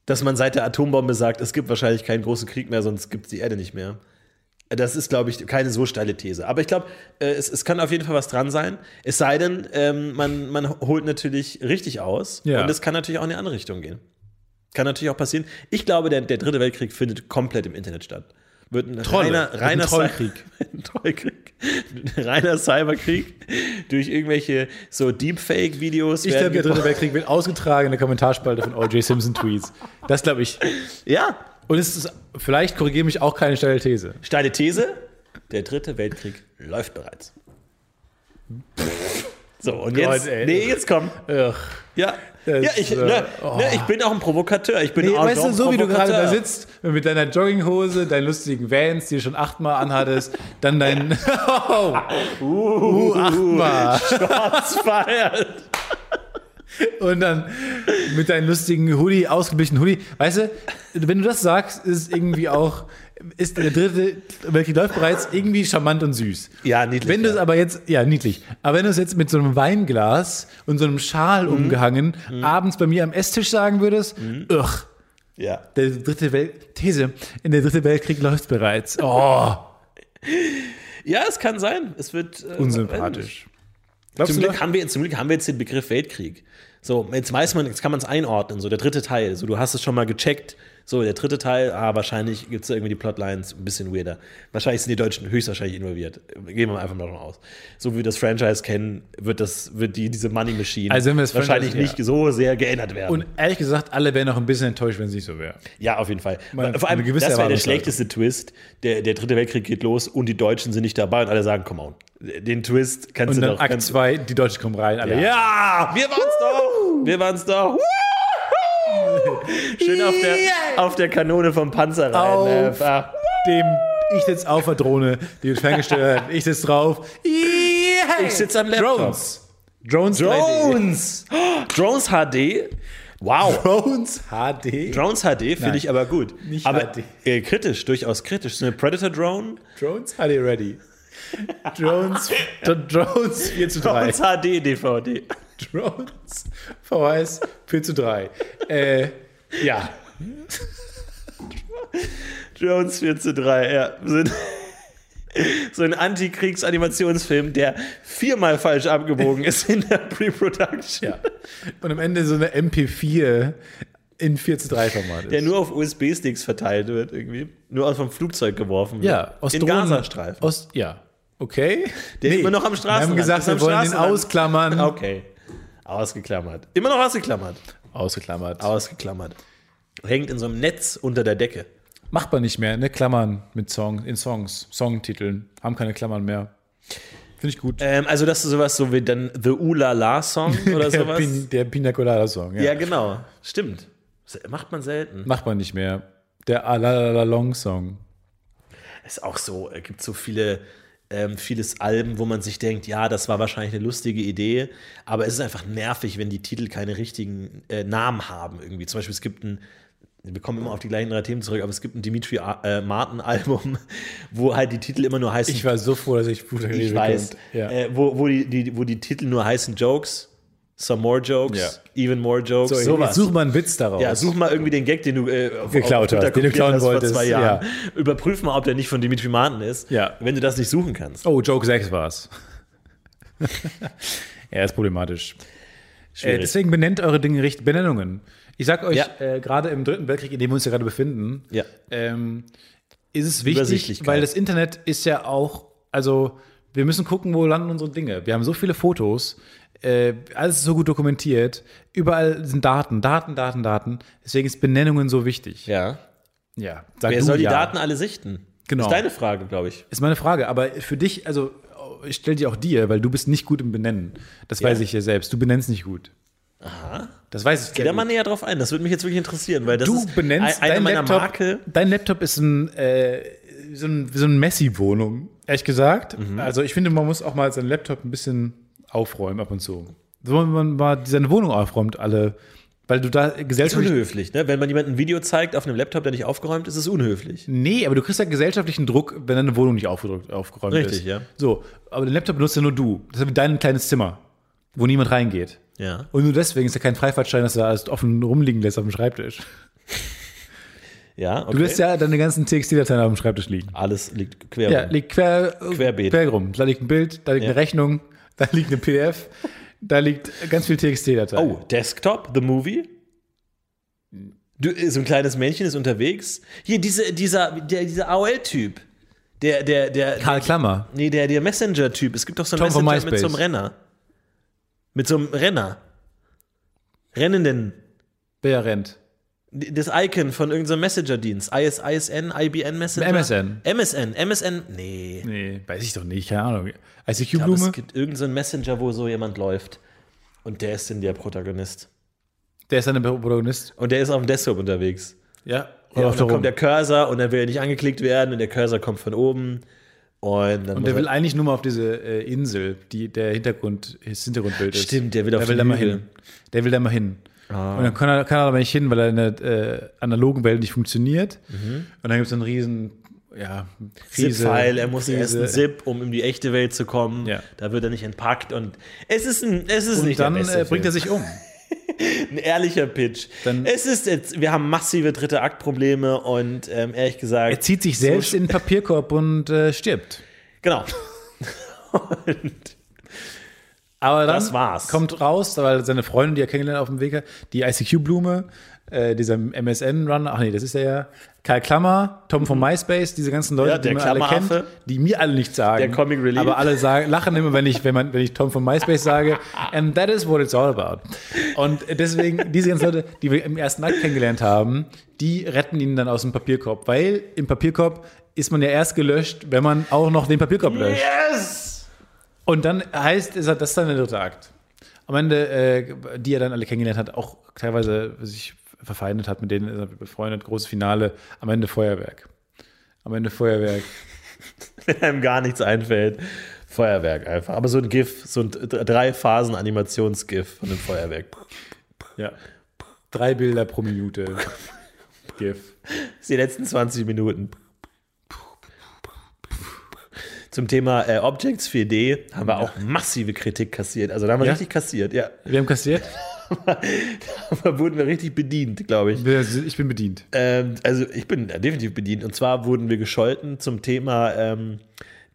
S2: Dass man seit der Atombombe sagt, es gibt wahrscheinlich keinen großen Krieg mehr, sonst gibt es die Erde nicht mehr. Äh, Das ist, glaube ich, keine so steile These. Aber ich glaube, äh, es, es kann auf jeden Fall was dran sein. Es sei denn, ähm, man, man holt natürlich richtig aus.
S3: Ja.
S2: Und es kann natürlich auch in die andere Richtung gehen. Kann natürlich auch passieren. Ich glaube, der, der Dritte Weltkrieg findet komplett im Internet statt. Wird ein
S3: Trolle.
S2: reiner,
S3: Wird ein
S2: reiner
S3: Trollkrieg.
S2: Cy- ein Trollkrieg. Ein reiner Cyberkrieg durch irgendwelche so Deepfake-Videos.
S3: ich glaube,
S2: werden
S3: der Dritte
S2: gebra-
S3: Weltkrieg wird ausgetragen in der Kommentarspalte von O.J. Simpson-Tweets. Das glaube ich.
S2: Ja,
S3: Und es ist, vielleicht korrigiere mich auch keine steile These.
S2: steile These. Der dritte Weltkrieg läuft bereits. So, und
S3: Gott,
S2: jetzt.
S3: ey.
S2: Nee, jetzt komm.
S3: Ugh.
S2: Ja.
S3: Das,
S2: ja, ich,
S3: äh,
S2: ne,
S3: oh.
S2: ne, ich bin auch ein Provokateur. Ich bin
S3: Nee,
S2: auch
S3: weißt du,
S2: ein
S3: so wie du gerade da
S2: Provokateur.
S3: sitzt, mit deiner Jogginghose, deinen lustigen Vans, die du schon achtmal anhattest, dann dein. Oh, uh, achtmal.
S2: Schwarzwald.
S3: Und dann mit deinem lustigen Hoodie, ausgeblichen Hoodie. Weißt du, wenn du das sagst, ist irgendwie auch. Ist der dritte Weltkrieg läuft bereits irgendwie charmant und süß.
S2: Ja, niedlich,
S3: Wenn du es
S2: ja.
S3: aber jetzt, ja, niedlich. Aber wenn du es jetzt mit so einem Weinglas und so einem Schal
S2: Mhm.
S3: umgehangen abends bei mir am Esstisch sagen würdest, ugh,
S2: Ja.
S3: Der dritte Welt These, in der dritte Weltkrieg läuft bereits. Oh,
S2: ja, es kann sein. Es wird. äh,
S3: unsympathisch.
S2: Zum
S3: Glaubst du
S2: Glück,
S3: da-
S2: haben wir, zum Glück haben wir jetzt den Begriff Weltkrieg. So, jetzt weiß man, jetzt kann man es einordnen, so der dritte Teil. So, du hast es schon mal gecheckt. So, der dritte Teil, ah, wahrscheinlich gibt es da irgendwie die Plotlines ein bisschen weirder. Wahrscheinlich sind die Deutschen höchstwahrscheinlich involviert. Gehen wir mal einfach mal davon aus. So wie wir das Franchise kennen, wird, das, wird die, diese Money Machine
S3: Also wenn wir das
S2: wahrscheinlich
S3: Franchise-
S2: nicht so sehr geändert werden.
S3: Und ehrlich gesagt, alle wären noch ein bisschen enttäuscht, wenn es nicht so wäre.
S2: ja, auf jeden Fall.
S3: Meine-
S2: Vor allem,
S3: eine gewisse
S2: das wäre der
S3: Erwartungshaltung.
S2: schlechteste Twist. Der, der dritte Weltkrieg geht los und die Deutschen sind nicht dabei und alle sagen, come on. Den Twist kannst du
S3: Und dann
S2: doch
S3: Akt
S2: kannst-
S3: 2, die Deutschen kommen rein. Alle, ja.
S2: Ja, wir waren's doch. Wir waren's doch. Woohoo! Schön auf der, auf der Kanone vom Panzer rein.
S3: Auf.
S2: Äh, ah.
S3: dem ich sitze auf der Drohne, die wird ferngesteuert, ich sitze drauf.
S2: Ich sitze am Laptop.
S3: Drones. Drones. 3D.
S2: Drones. Oh, Drones HD. Wow.
S3: Drones HD.
S2: Drones HD finde ich aber gut.
S3: nicht
S2: aber
S3: HD.
S2: Äh, kritisch, durchaus kritisch. So eine Predator Drone.
S3: Drones HD ready. Drones, Drones 4 zu 3.
S2: Drones HD DVD.
S3: Drones, VHS 4 zu 3. Äh, ja,
S2: Jones 4 zu 3, ja. So ein, so ein Antikriegs-Animationsfilm, der viermal falsch abgebogen ist in der Pre-Production.
S3: ja. Und am Ende so eine MP4 in 4 zu 3 Format ist.
S2: Der nur auf USB-Sticks verteilt wird, irgendwie. Nur aus vom Flugzeug geworfen wird.
S3: ja, aus
S2: In
S3: Drohnen-
S2: Gazastreifen.
S3: Aus, ja. Okay.
S2: Der ist immer noch am
S3: Wir haben
S2: Straßenrand,
S3: gesagt,
S2: ist am
S3: wir wollen den
S2: Straßenrand.
S3: ausklammern.
S2: Okay. Ausgeklammert. Immer noch ausgeklammert.
S3: Ausgeklammert.
S2: Ausgeklammert. Hängt in so einem Netz unter der Decke.
S3: Macht man nicht mehr, ne? Klammern mit Songs, in Songs, Songtiteln. Haben keine Klammern mehr. Finde ich gut.
S2: Ähm, also, dass du sowas so wie dann The Ula La Song oder
S3: der,
S2: sowas.
S3: Pin, der Pina Colada Song, ja.
S2: Ja, genau. Stimmt. Das macht man selten.
S3: Macht man nicht mehr. Der Alalala Long Song.
S2: Ist auch so, es gibt so viele, ähm, vieles Alben, wo man sich denkt, ja, das war wahrscheinlich eine lustige Idee, aber es ist einfach nervig, wenn die Titel keine richtigen äh, Namen haben irgendwie. Zum Beispiel, es gibt ein, wir kommen immer auf die gleichen drei Themen zurück, aber es gibt ein Dimitri A- äh, Martin-Album, wo halt die Titel immer nur heißen,
S3: Ich war so froh, dass ich Bruder
S2: Ich weiß,
S3: Ja.
S2: äh, wo, wo, die, die, wo die Titel nur heißen Jokes, Some More Jokes,
S3: Ja.
S2: Even More Jokes,
S3: so,
S2: so,
S3: jetzt
S2: sowas.
S3: such mal einen Witz daraus.
S2: Ja, such mal irgendwie den Gag, den du äh, auf-
S3: Geklaut
S2: auf Twitter
S3: hast, den du
S2: kopiert
S3: klauen
S2: hast
S3: wolltest,
S2: Vor zwei
S3: ja.
S2: Jahren. Überprüf mal, ob der nicht von Dimitri Martin ist.
S3: Ja.
S2: Wenn du das nicht suchen kannst.
S3: Oh, Joke 6 war's. ja, ist problematisch. Äh,
S2: Schwierig.
S3: deswegen benennt eure Dinge richtig, Benennungen. Ich sag euch,
S2: Ja.
S3: äh, gerade im Dritten Weltkrieg, in dem wir uns ja gerade befinden,
S2: ja.
S3: ähm, ist es
S2: Übersichtlichkeit.
S3: wichtig, weil das Internet ist ja auch, also wir müssen gucken, wo landen unsere Dinge. Wir haben so viele Fotos, äh, alles ist so gut dokumentiert, überall sind Daten, Daten, Daten, Daten. Deswegen ist Benennungen so wichtig.
S2: ja.
S3: Ja, sag
S2: Wer
S3: du
S2: soll die
S3: ja.
S2: Daten alle sichten?
S3: Genau.
S2: Ist deine Frage, glaube ich.
S3: Ist meine Frage, aber für dich, also ich stelle die auch dir, weil du bist nicht gut im Benennen. Das weiß ich ja selbst. Du benennst nicht gut. Aha. Das weiß ich
S2: Geh da mal näher drauf ein. Das würde mich jetzt wirklich interessieren, weil das
S3: Du
S2: ist
S3: benennst
S2: ein- eine
S3: dein
S2: meiner
S3: Laptop.
S2: Marke.
S3: Dein Laptop ist ein, äh, so ein, so ein Messi-Wohnung, ehrlich gesagt.
S2: Mhm.
S3: Also ich finde, man muss auch mal seinen Laptop ein bisschen aufräumen ab und zu. So, wenn man mal seine Wohnung aufräumt, alle, weil du da
S2: Ist
S3: gesellschaftlich
S2: unhöflich, ne? Wenn man jemandem ein Video zeigt auf einem Laptop, der nicht aufgeräumt ist, ist es unhöflich.
S3: Nee, aber du kriegst ja gesellschaftlichen Druck, wenn deine Wohnung nicht aufgedrückt, aufgeräumt ist.
S2: Richtig, ja.
S3: So, aber den Laptop benutzt ja nur du. Das ist wie dein kleines Zimmer, wo niemand reingeht.
S2: Ja.
S3: Und nur deswegen ist ja kein Freifahrtschein, dass du da alles offen rumliegen lässt auf dem Schreibtisch.
S2: Ja, okay.
S3: Du lässt ja deine ganzen TXT-Dateien auf dem Schreibtisch liegen.
S2: Alles liegt quer.
S3: Ja,
S2: rum.
S3: liegt quer,
S2: Querbeet.
S3: quer rum. Da liegt ein Bild, da liegt
S2: Ja.
S3: eine Rechnung, da liegt eine PDF, da liegt ganz viel TXT-Datei.
S2: Oh, Desktop, The Movie? Du, äh, so ein kleines Männchen ist unterwegs. Hier, diese, dieser, der, dieser AOL-Typ. Der, der, der,
S3: Karl Klammer.
S2: nee, der, der Messenger-Typ. Es gibt doch so einen
S3: Tom von
S2: Messenger mit
S3: MySpace.
S2: so einem Renner. Mit so einem Renner. Rennenden.
S3: Wer rennt?
S2: Das Icon von irgendeinem Messenger-Dienst. IS, ISN, IBN Messenger.
S3: MSN.
S2: MSN, MSN. Nee.
S3: Nee, weiß ich doch nicht, keine Ahnung.
S2: Aber
S3: ICQ-Blume?
S2: es gibt irgendeinen so einen Messenger, wo so jemand läuft. Und der ist denn der Protagonist.
S3: Der ist dann der Protagonist.
S2: Und der ist auf dem Desktop unterwegs.
S3: Ja.
S2: Ja,
S3: Oder auf
S2: und dann
S3: der
S2: kommt
S3: Rum.
S2: der Cursor und dann will er nicht angeklickt werden und der Cursor kommt von oben. Und dann
S3: Und der will eigentlich nur mal auf diese äh, Insel, die der Hintergrund, das Hintergrundbild ist.
S2: Stimmt, der will auf
S3: der will
S2: den
S3: da mal
S2: Hügel. Ah.
S3: hin. Der will da mal hin. Und dann kann er, kann er aber nicht hin, weil er in der äh, analogen Welt nicht funktioniert. Und dann gibt es einen riesen, ja, Krise,
S2: Mhm. Zip-File, er muss
S3: Krise.
S2: erst einen Zip, um in die echte Welt zu kommen.
S3: Ja.
S2: Da wird er nicht entpackt und es ist ein, es ist nicht
S3: Und dann
S2: der beste
S3: äh, bringt er
S2: Film.
S3: sich um.
S2: ein ehrlicher Pitch.
S3: Dann-
S2: es ist jetzt, wir haben massive dritte Akt-Probleme und ähm, ehrlich gesagt.
S3: Er zieht sich selbst
S2: so sch-
S3: in den Papierkorb und äh, stirbt.
S2: Genau. und
S3: Aber dann
S2: Das war's.
S3: kommt raus, weil seine Freundin, die er kennengelernt hat auf dem Weg, die ICQ-Blume, äh, dieser MSN-Runner, ach nee, das ist er ja, Karl Klammer, Tom von MySpace, diese ganzen Leute,
S2: Mhm. Ja, der
S3: die man alle kennt,
S2: Klammeraffe.
S3: die mir alle nichts sagen.
S2: Der Comic Relief.
S3: Aber alle sagen, lachen immer, wenn ich, wenn man, wenn ich Tom von MySpace sage. And that is what it's all about. Und deswegen, diese ganzen Leute, die wir im ersten Akt kennengelernt haben, die retten ihn dann aus dem Papierkorb, weil im Papierkorb ist man ja erst gelöscht, wenn man auch noch den Papierkorb löscht.
S2: yes!
S3: Und dann heißt, ist er- das ist dann der dritte Akt. Am Ende, äh, die er dann alle kennengelernt hat, auch teilweise sich verfeindet hat, mit denen ist er befreundet, großes Finale, am Ende Feuerwerk. Am Ende Feuerwerk.
S2: Wenn einem gar nichts einfällt. Feuerwerk einfach. Aber so ein GIF, so ein Drei-Phasen-Animations-GIF von dem Feuerwerk.
S3: Ja. Drei Bilder pro Minute. GIF.
S2: die letzten 20 Minuten. Zum Thema äh, Objects 4D haben wir auch massive Kritik kassiert. Also da haben wir
S3: Ja?
S2: richtig kassiert, ja.
S3: Wir haben kassiert.
S2: Da wurden wir richtig bedient, glaube ich.
S3: Ich bin bedient.
S2: Ähm, also ich bin da definitiv bedient. Und zwar wurden wir gescholten zum Thema ähm,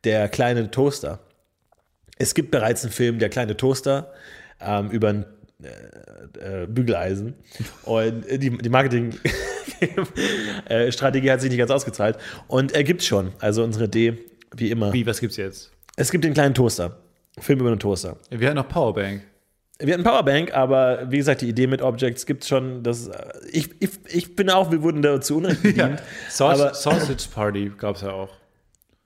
S2: der kleine Toaster. Es gibt bereits einen Film, der kleine Toaster, ähm, über ein äh, äh, Bügeleisen. Und äh, die, die Marketing-Strategie hat sich nicht ganz ausgezahlt. Und er gibt's schon. Also unsere Idee, wie immer.
S3: Wie, was gibt's jetzt?
S2: Es gibt den kleinen Toaster. Film über einen Toaster.
S3: Wir hatten noch Powerbank.
S2: Wir hatten Powerbank, aber wie gesagt, die Idee mit Objects gibt's schon. Das, äh, ich, ich, ich bin auch, wir wurden da zu Unrecht bedient.
S3: Sausage,
S2: Aber-
S3: Sausage Party gab's ja auch.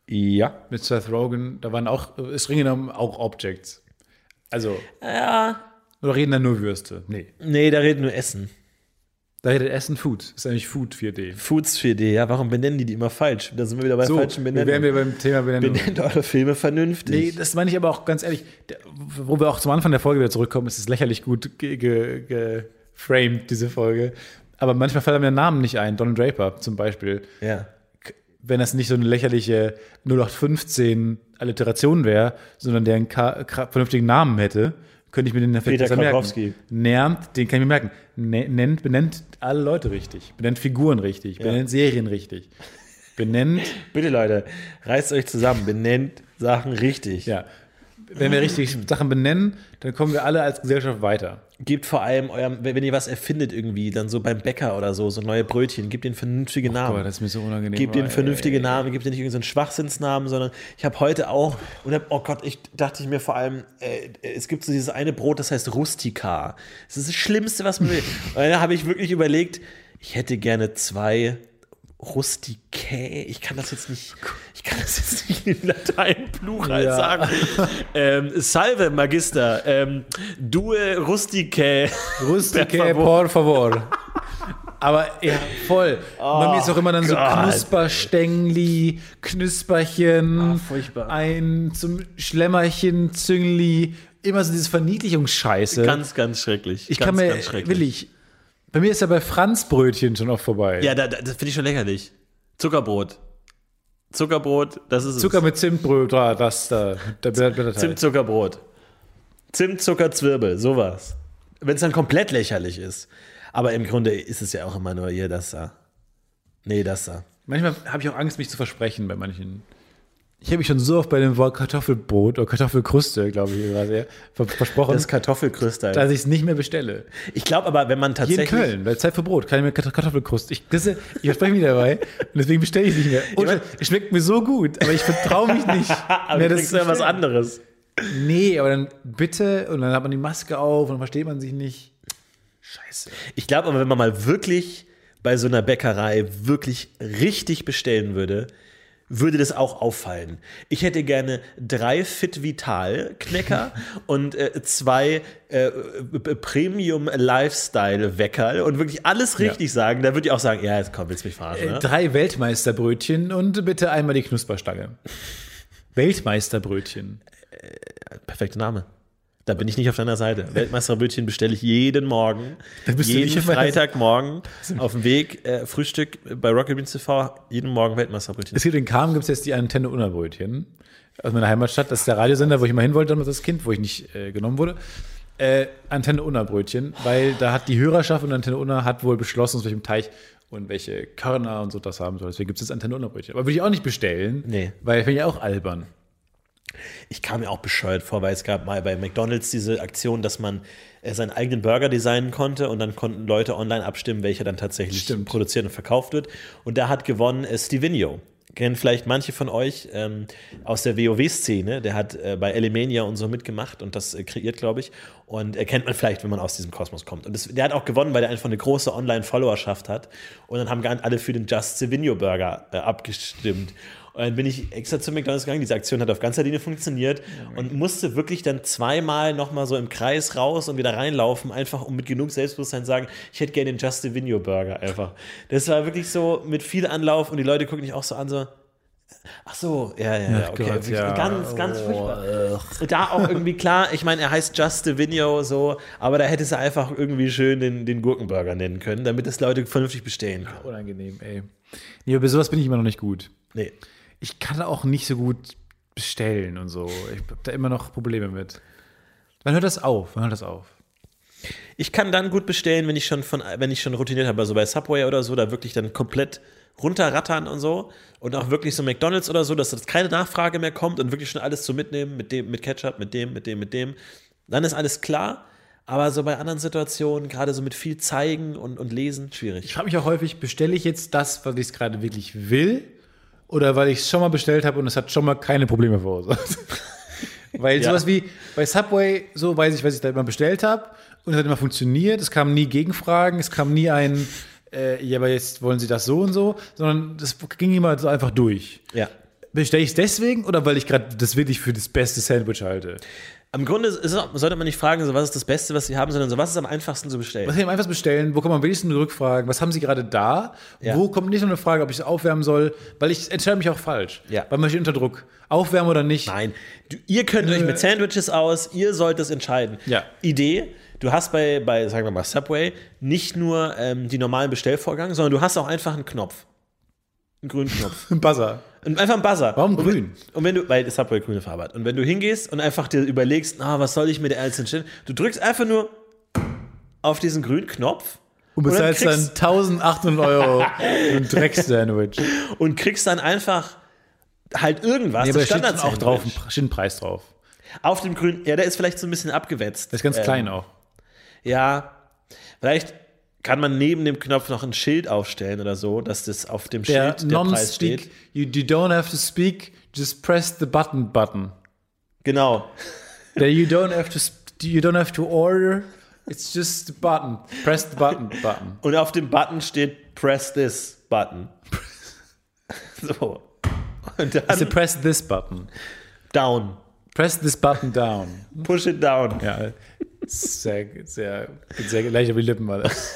S2: ja.
S3: Mit Seth Rogen. Da waren auch, äh, streng genommen, auch Objects. Also. Ja. Oder reden da nur Würste? Nee.
S2: Nee, da reden wir Essen.
S3: Da redet Essen Food. Ist eigentlich Food 4D.
S2: Foods 4D, ja, warum benennen die die immer falsch? Da sind wir wieder bei
S3: So,
S2: falschen
S3: wir wären
S2: Benennungen.
S3: wir beim Thema Benennung.
S2: Benennt eure Filme vernünftig.
S3: Nee, das meine ich aber auch ganz ehrlich, der- wo wir auch zum Anfang der Folge wieder zurückkommen, ist es lächerlich gut ge- ge- geframed, diese Folge. Aber manchmal fällt mir der Name nicht ein, Don Draper zum Beispiel.
S2: Ja.
S3: Wenn das nicht so eine lächerliche 0815 Alliteration wäre, sondern der einen ka- kra- vernünftigen Namen hätte, könnte ich mir den vielleicht
S2: Peter
S3: besser merken.
S2: Krakowski.
S3: Nernt, den kann ich mir merken. Ne- Nennt, benennt alle Leute richtig. Benennt Figuren richtig. Benennt Serien richtig. Benennt
S2: Bitte Leute, reißt euch zusammen, benennt Sachen richtig.
S3: Ja. Wenn wir richtig Sachen benennen, dann kommen wir alle als Gesellschaft weiter.
S2: Gebt vor allem eurem, wenn wenn ihr was erfindet irgendwie, dann so beim Bäcker oder so, so neue Brötchen, gebt denen
S3: Oh
S2: vernünftige Namen.
S3: ist mir so unangenehm.
S2: Gebt denen
S3: äh,
S2: vernünftige Namen, gebt denen nicht irgendeinen so Schwachsinnsnamen, sondern ich habe heute auch, und hab, oh Gott, ich dachte ich mir vor allem, äh, es gibt so dieses eine Brot, das heißt Rustica. Das ist das Schlimmste, was man will. und dann habe ich wirklich überlegt, ich hätte gerne zwei Rusticae. Ich kann das jetzt nicht, ich kann das jetzt nicht in Latein Plural
S3: Ja.
S2: sagen. ähm, salve, Magister. Ähm, due
S3: Äh?
S2: Rusticae.
S3: Rustique, por favor. Aber ja, voll. Bei mir ist auch immer dann so
S2: Oh Gott.
S3: Knusperstängli, Knusperchen,
S2: furchtbar.
S3: ein zum Schlemmerchen, Züngli. Immer so dieses Verniedlichungsscheiße.
S2: Ganz, ganz schrecklich.
S3: ich
S2: ganz,
S3: kann mir,
S2: ganz schrecklich.
S3: will ich. Bei mir ist ja bei Franzbrötchen schon oft vorbei.
S2: Ja, da, da, das finde ich schon lächerlich. Zuckerbrot. Zuckerbrot, das ist
S3: Zucker
S2: es.
S3: mit Zimtbröt, ah, das da. da, halt. da, da, da
S2: Zimt, Zuckerbrot. Zimt, Zucker, Zwirbel, sowas. Wenn es dann komplett lächerlich ist. Aber im Grunde ist es ja auch immer nur hier, das da. Nee, das da.
S3: Manchmal habe ich auch Angst, mich zu versprechen bei manchen. Ich habe mich schon so oft bei dem Wort Kartoffelbrot oder Kartoffelkruste, glaube ich, war sehr, ver- versprochen,
S2: Das Kartoffelkristall.
S3: dass ich es nicht mehr bestelle.
S2: Ich glaube aber, wenn man
S3: Hier in
S2: tatsächlich.
S3: Köln, bei Zeit für Brot, kann ich mir Kart- Kartoffelkruste. Ich, das ist- ich verspreche mich dabei und deswegen bestelle ich es nicht mehr. Und es schmeckt mir so gut, aber ich vertraue mich nicht.
S2: Ah, Aber
S3: mehr
S2: du
S3: das
S2: kriegst
S3: zu
S2: ja was
S3: bestellen.
S2: anderes.
S3: Nee, aber dann bitte und dann hat man die Maske auf und dann versteht man sich nicht. Scheiße.
S2: Ich glaube aber, wenn man mal wirklich bei so einer Bäckerei wirklich richtig bestellen würde, würde das auch auffallen. Ich hätte gerne drei Fit Vital Knecker und äh, zwei äh, B- Premium Lifestyle Weckerl und wirklich alles richtig sagen. Da würde ich auch sagen, ja, jetzt komm, willst mich verarschen.
S3: Äh,
S2: Ne?
S3: Drei Weltmeisterbrötchen und bitte einmal die Knusperstange. Weltmeisterbrötchen.
S2: Perfekter Name. Da bin ich nicht auf deiner Seite. Weltmeisterbrötchen bestelle ich jeden Morgen.
S3: bist du
S2: jeden
S3: nicht auf meiner
S2: Freitagmorgen auf dem Weg äh, Frühstück bei Rocket Beans TV. Jeden Morgen Weltmeisterbrötchen.
S3: Es gibt in Karm gibt es jetzt die Antenne Unerbrötchen aus meiner Heimatstadt. Das ist der Radiosender, wo ich immer hin wollte damals als Kind, wo ich nicht äh, genommen wurde. Äh, Antenne Unerbrötchen, weil da hat die Hörerschaft und Antenne Unner hat wohl beschlossen, aus welchem Teich und welche Körner und so das haben soll. Deswegen gibt es jetzt Antenne Unerbrötchen. Aber würde ich auch nicht bestellen,
S2: Nee.
S3: weil finde ich auch albern.
S2: Ich kam mir auch bescheuert vor, weil es gab mal bei McDonalds diese Aktion, dass man äh, seinen eigenen Burger designen konnte und dann konnten Leute online abstimmen, welcher dann tatsächlich
S3: Stimmt.
S2: produziert und verkauft wird. Und da hat gewonnen äh, Stevino. Kennen vielleicht manche von euch ähm, aus der WoW-Szene. Der hat äh, bei Elemania und so mitgemacht und das äh, kreiert, glaube ich. Und erkennt man vielleicht, wenn man aus diesem Kosmos kommt. Und das, der hat auch gewonnen, weil der einfach eine große Online-Followerschaft hat. Und dann haben gar- alle für den Just Stevino Burger äh, abgestimmt. Und dann bin ich extra zu McDonalds gegangen. Diese Aktion hat auf ganzer Linie funktioniert und musste wirklich dann zweimal nochmal so im Kreis raus und wieder reinlaufen, einfach um mit genug Selbstbewusstsein zu sagen, ich hätte gerne den Justin Vinio Burger einfach. Das war wirklich so mit viel Anlauf und die Leute gucken dich auch so an, so. Ach so, ja, ja, ja, okay.
S3: Gott,
S2: wirklich
S3: ja. Oh.
S2: Ganz, ganz furchtbar. Da auch irgendwie klar, ich meine, er heißt Justin Vinio so, aber da hätte es einfach irgendwie schön den, den Gurkenburger nennen können, damit das Leute vernünftig bestehen können.
S3: Unangenehm, ey. Nee, aber bei sowas bin ich immer noch nicht gut.
S2: Nee.
S3: Ich kann auch nicht so gut bestellen und so. Ich habe da immer noch Probleme mit. Wann hört das auf? Wann hört das auf?
S2: Ich kann dann gut bestellen, wenn ich schon von, wenn ich schon routiniert habe, also bei Subway oder so, da wirklich dann komplett runterrattern und so und auch wirklich so McDonald's oder so, dass das keine Nachfrage mehr kommt und wirklich schon alles zu mitnehmen mit dem mit Ketchup, mit dem, mit dem, mit dem. Dann ist alles klar, aber so bei anderen Situationen, gerade so mit viel zeigen und, und lesen,
S3: Ich
S2: schwierig.
S3: frage mich auch häufig, bestelle ich jetzt das, was ich gerade wirklich will? Oder weil ich es schon mal bestellt habe und es hat schon mal keine Probleme verursacht? weil
S2: Ja.
S3: sowas wie bei Subway, so weiß ich, was ich da immer bestellt habe und es hat immer funktioniert. Es kamen nie Gegenfragen, es kam nie ein, äh, ja, aber jetzt wollen Sie das so und so, sondern das ging immer so einfach durch.
S2: Ja.
S3: Bestelle ich es deswegen oder weil ich gerade das wirklich für das beste Sandwich halte?
S2: Am Grunde ist, es auch- sollte man nicht fragen, so was ist das Beste, was sie haben, sondern so was ist am einfachsten zu bestellen.
S3: Was kann ich am einfachsten bestellen? Wo kann man am wenigsten rückfragen? Was haben Sie gerade da?
S2: Ja.
S3: Wo kommt nicht nur eine Frage, ob ich es aufwärmen soll? Weil ich entscheide mich auch falsch.
S2: Ja.
S3: Weil man steht unter Druck. Aufwärmen oder nicht?
S2: Nein, du, ihr könnt euch mit Sandwiches aus, ihr sollt es entscheiden.
S3: Ja.
S2: Idee, du hast bei, bei, sagen wir mal, Subway nicht nur ähm, die normalen Bestellvorgang, sondern du hast auch einfach einen Knopf. Einen grünen Knopf.
S3: Ein Buzzer.
S2: Und einfach einen Buzzer.
S3: Warum
S2: und,
S3: grün?
S2: Und wenn du, weil Subway grüne Farbe hat. Und wenn du hingehst und einfach dir überlegst, ah, was soll ich mir der Eins entscheiden, du drückst einfach nur auf diesen grünen Knopf
S3: Und
S2: dann
S3: bezahlst dann,
S2: kriegst-
S3: 1800 Euro für ein Dreck-Sandwich. Also Nee,
S2: und kriegst dann einfach halt irgendwas.
S3: aber da
S2: das
S3: steht dann auch
S2: Standard-Sandwich.
S3: drauf, ein Pre- steht ein Preis drauf.
S2: Auf dem grünen, ja, der ist vielleicht so ein bisschen abgewetzt. ähm,
S3: Der ist ganz klein auch.
S2: Ja, vielleicht kann man neben dem Knopf noch ein Schild aufstellen oder so, dass das auf dem
S3: Der
S2: Schild der Preis
S3: Non-Speak,
S2: steht.
S3: you, you don't have to speak, just press the button button.
S2: Genau.
S3: Der you don't have to, sp- you don't have to order, it's just the button. Press the button button.
S2: Und auf dem Button steht Press this Button. so. Und
S3: Also
S2: dann
S3: press this button.
S2: down.
S3: Press this button down.
S2: Push it down.
S3: Ja, sehr, sehr, geht sehr leicht über die Lippen war das.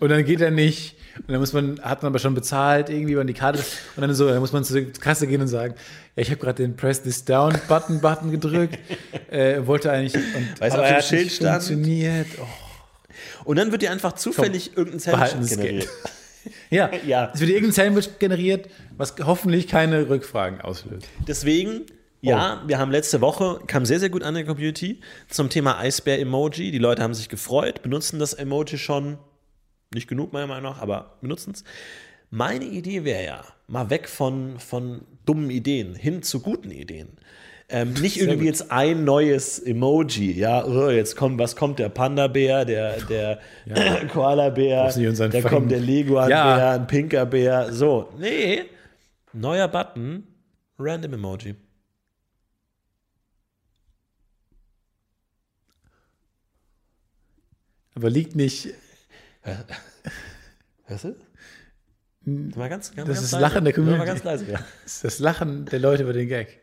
S3: Und dann geht er nicht. Und dann muss man, hat man aber schon bezahlt, irgendwie über die Karte. Und dann so, dann muss man zur Kasse gehen und sagen, ja, ich habe gerade den Press This Down Button Button gedrückt, äh, wollte eigentlich und
S2: Weißt du,
S3: aber
S2: euer
S3: hat nicht
S2: Schild stand?
S3: funktioniert. Oh,
S2: Und dann wird dir einfach zufällig irgendein
S3: behalten
S2: Sandwich
S3: das Geld.
S2: generiert.
S3: Ja,
S2: Ja.
S3: es wird irgendein Sandwich generiert, was hoffentlich keine Rückfragen auslöst.
S2: Deswegen, ja,
S3: Oh.
S2: wir haben letzte Woche, kam sehr, sehr gut an in der Community, zum Thema Eisbär-Emoji. Die Leute haben sich gefreut, benutzen das Emoji schon. Nicht genug, meiner Meinung nach, aber benutzen es. Meine Idee wäre ja, mal weg von, von dummen Ideen hin zu guten Ideen. Ähm, nicht irgendwie jetzt ein neues Emoji, ja, oh, jetzt kommt, was kommt der Panda-Bär, der, der Koala-Bär,
S3: ist nicht unser
S2: da
S3: Fang?
S2: kommt der Leguan-Bär,
S3: Ja.
S2: ein pinker Bär, so. Nee, neuer Button, Random Emoji.
S3: Aber liegt nicht,
S2: Hörst du? Mal ganz, ganz,
S3: Das
S2: ganz
S3: ist
S2: leise.
S3: Lachen der
S2: Nur Mal
S3: Community.
S2: ganz leise, ja.
S3: ist das Lachen der Leute über den Gag.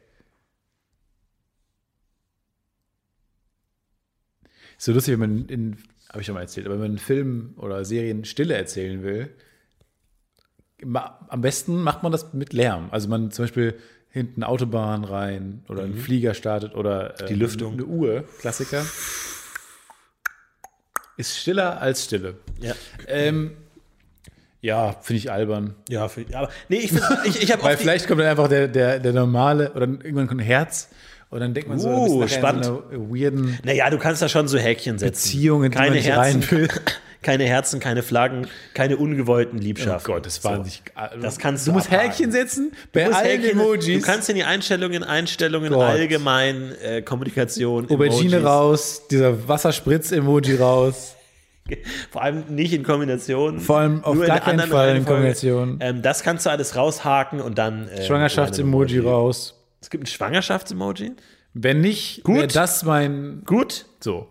S3: so lustig, wenn man in, habe ich schon mal erzählt, aber wenn man in Filmen oder Serien Stille erzählen will, ma- am besten macht man das mit Lärm. Also man zum Beispiel hinten Autobahn rein oder ein Flieger startet oder äh,
S2: Mhm. Die Lüftung.
S3: eine Uhr, Klassiker. Ist stiller als Stille.
S2: Ja,
S3: Ähm, ja, finde ich albern.
S2: ja für, aber nee, ich, find- ich, ich habe
S3: Weil vielleicht kommt dann einfach der, der, der normale oder irgendwann kommt ein Herz und dann denkt man so,
S2: Uh,
S3: bist nachher in so einer weirden
S2: Naja, du kannst da schon so Häkchen setzen.
S3: Beziehung, in die
S2: keine
S3: man nicht
S2: Herzen,
S3: rein will.
S2: keine Herzen, keine Flaggen, keine ungewollten Liebschaften.
S3: wahnsinnig.
S2: Das kannst
S3: Also, du.
S2: du
S3: musst
S2: abhaken.
S3: Häkchen setzen bei
S2: Du musst
S3: allen
S2: Häkchen-
S3: Emojis.
S2: Du kannst in die Einstellungen, Einstellungen,
S3: Gott.
S2: allgemein, äh, Kommunikation,
S3: Aubergine
S2: Emojis.
S3: raus, dieser Wasserspritz-Emoji raus.
S2: Vor allem nicht in Kombination.
S3: Vor allem auf
S2: Nur in
S3: gar
S2: einer
S3: keinen
S2: anderen
S3: Fall in
S2: Reihenfolge.
S3: Kombination.
S2: Ähm, das kannst du alles raushaken und dann. äh, random Emoji.
S3: Schwangerschafts-Emoji raus.
S2: Es gibt ein Schwangerschafts-Emoji.
S3: Wenn nicht,
S2: Gut.
S3: wäre das mein.
S2: Gut.
S3: So.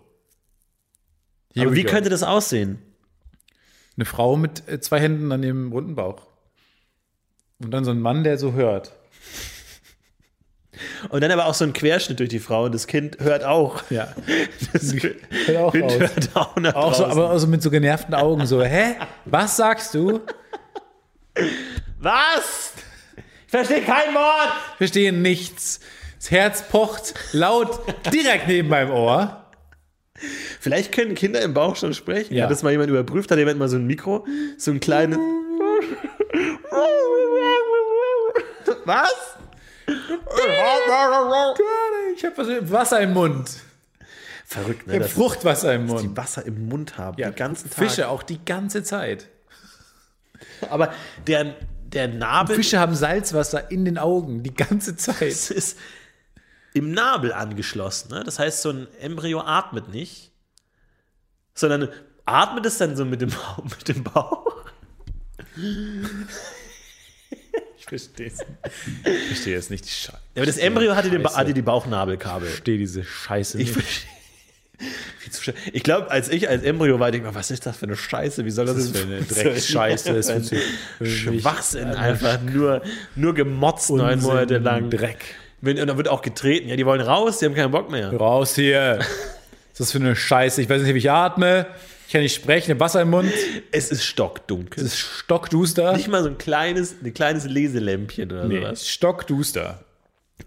S3: Here
S2: Aber
S3: we
S2: wie
S3: go.
S2: könnte das aussehen?
S3: Eine Frau mit äh, zwei Händen an dem runden Bauch. Und dann so ein Mann, der so hört.
S2: Und dann aber auch so ein Querschnitt durch die Frau und das Kind hört auch.
S3: Ja.
S2: Das Kind
S3: Hört auch raus.
S2: hört auch nach
S3: Auch so,
S2: draußen.
S3: aber auch so mit so genervten Augen, so, hä? Was sagst du?
S2: Was? Ich verstehe kein Wort.
S3: Ich verstehe nichts. Das Herz pocht laut direkt neben meinem Ohr.
S2: Vielleicht können Kinder im Bauch schon sprechen.
S3: Ja.
S2: Hat das mal jemand überprüft? Hat jemand mal so ein Mikro? So ein kleines. Was?
S3: Ich habe was Wasser im Mund.
S2: Verrückt, ne?
S3: Ich habe
S2: dass
S3: Fruchtwasser im
S2: dass die
S3: Mund.
S2: Wasser im Mund haben,
S3: Ja,
S2: den ganzen Tag.
S3: Fische auch die ganze Zeit.
S2: Aber der, der Nabel
S3: Fische haben Salzwasser in den Augen die ganze Zeit.
S2: ist, ist im Nabel angeschlossen. Ne? Das heißt, so ein Embryo atmet nicht, sondern atmet es dann so mit dem, mit dem Bauch.
S3: Ich verstehe es. Ich verstehe es nicht. Die Scheiße.
S2: Ja, aber das Embryo hatte, den, Ba- hatte die Bauchnabelkabel.
S3: Ich verstehe diese Scheiße
S2: Ich
S3: nicht.
S2: verstehe. Viel zu schnell. Ich glaube, als ich als Embryo war, denke ich mir, was ist das für eine Scheiße? Wie soll das,
S3: Das ist für eine Dreckscheiße.
S2: Scheiße
S3: Das ist für- für mich
S2: Schwachsinn einfach nur, nur gemotzt neun
S3: Unsinn,
S2: Monate lang.
S3: Dreck.
S2: Wenn, und dann wird auch getreten. Ja, die wollen raus, die haben keinen Bock mehr.
S3: Raus hier. Was ist das für eine Scheiße? Ich weiß nicht, wie ich atme. Ich kann nicht sprechen. Ich hab Wasser im Mund.
S2: Es ist stockdunkel.
S3: Es ist stockduster.
S2: nicht mal so ein kleines, ein kleines Leselämpchen oder
S3: Nee,
S2: sowas.
S3: es ist stockduster.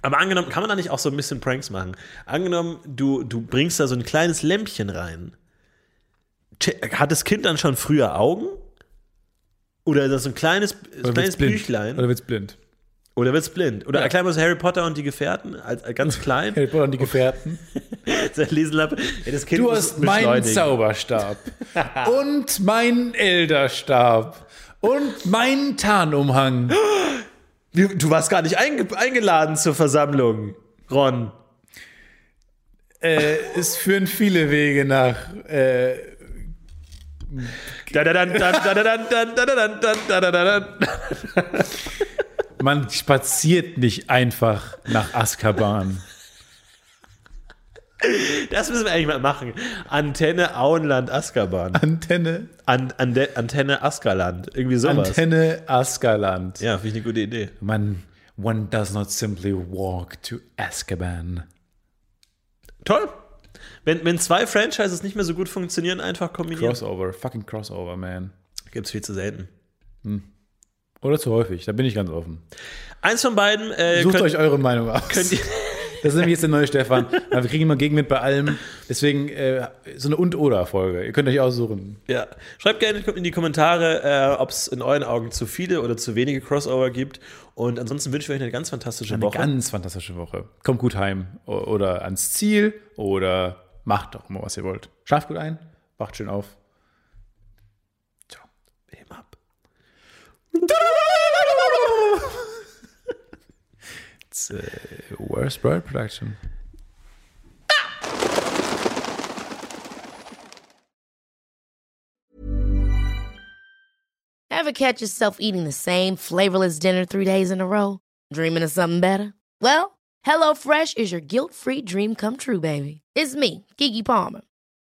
S2: Aber angenommen, kann man da nicht auch so ein bisschen Pranks machen? Angenommen, du, du bringst da so ein kleines Lämpchen rein. Che- Hat das Kind dann schon früher Augen? Oder ist das so ein kleines, so ein kleines
S3: wird's blind?
S2: Büchlein?
S3: Oder wird's blind?
S2: Oder wird's blind? Oder erklär mal so Harry Potter und die Gefährten, als, als ganz klein.
S3: Harry Potter und die Gefährten.
S2: Sein Lesenlappe. Ja, das Kind
S3: Du
S2: muss
S3: hast meinen
S2: beschleunigen.
S3: Zauberstab und meinen Elderstab und meinen Tarnumhang.
S2: Wie- Du warst gar nicht einge eingeladen zur Versammlung, Ron.
S3: Äh, es führen viele Wege nach. Äh,
S2: Da, da, da, da, da, da, da, da, da, da, da, da, da, da.
S3: man spaziert nicht einfach nach Azkaban.
S2: Das müssen wir eigentlich mal machen. Antenne Auenland Askaban.
S3: Antenne,
S2: An, Ande- Antenne Askaland. Irgendwie sowas.
S3: Antenne Azkaland.
S2: Ja, finde ich eine gute Idee.
S3: Man, one does not simply walk to Azkaban.
S2: Toll. Wenn, wenn zwei Franchises nicht mehr so gut funktionieren, einfach kombinieren.
S3: Crossover, fucking Crossover, man.
S2: Gibt's viel zu selten.
S3: Oder zu häufig, da bin ich ganz offen.
S2: Eins von beiden. Äh,
S3: Sucht
S2: könnt-
S3: euch eure Meinung aus.
S2: könnt ihr-
S3: Das ist nämlich jetzt der neue Stefan. Weil wir kriegen immer Gegenwind bei allem. Deswegen äh, so eine Und-Oder-Folge. Ihr könnt euch aussuchen.
S2: Ja. Schreibt gerne in die Kommentare, äh, ob es in euren Augen zu viele oder zu wenige Crossover gibt. Und ansonsten wünschen wir euch eine ganz fantastische
S3: Eine
S2: Woche.
S3: ganz fantastische Woche. Kommt gut heim. O oder ans Ziel. Oder macht doch mal, was ihr wollt. Schlaft gut ein. Wacht schön auf.
S2: Heben ab.
S3: It's a worst bird production.
S4: Ever catch yourself eating the same flavorless dinner three days in a row? Dreaming of something better? Well, HelloFresh is your guilt free dream come true, baby. It's me, Gigi Palmer.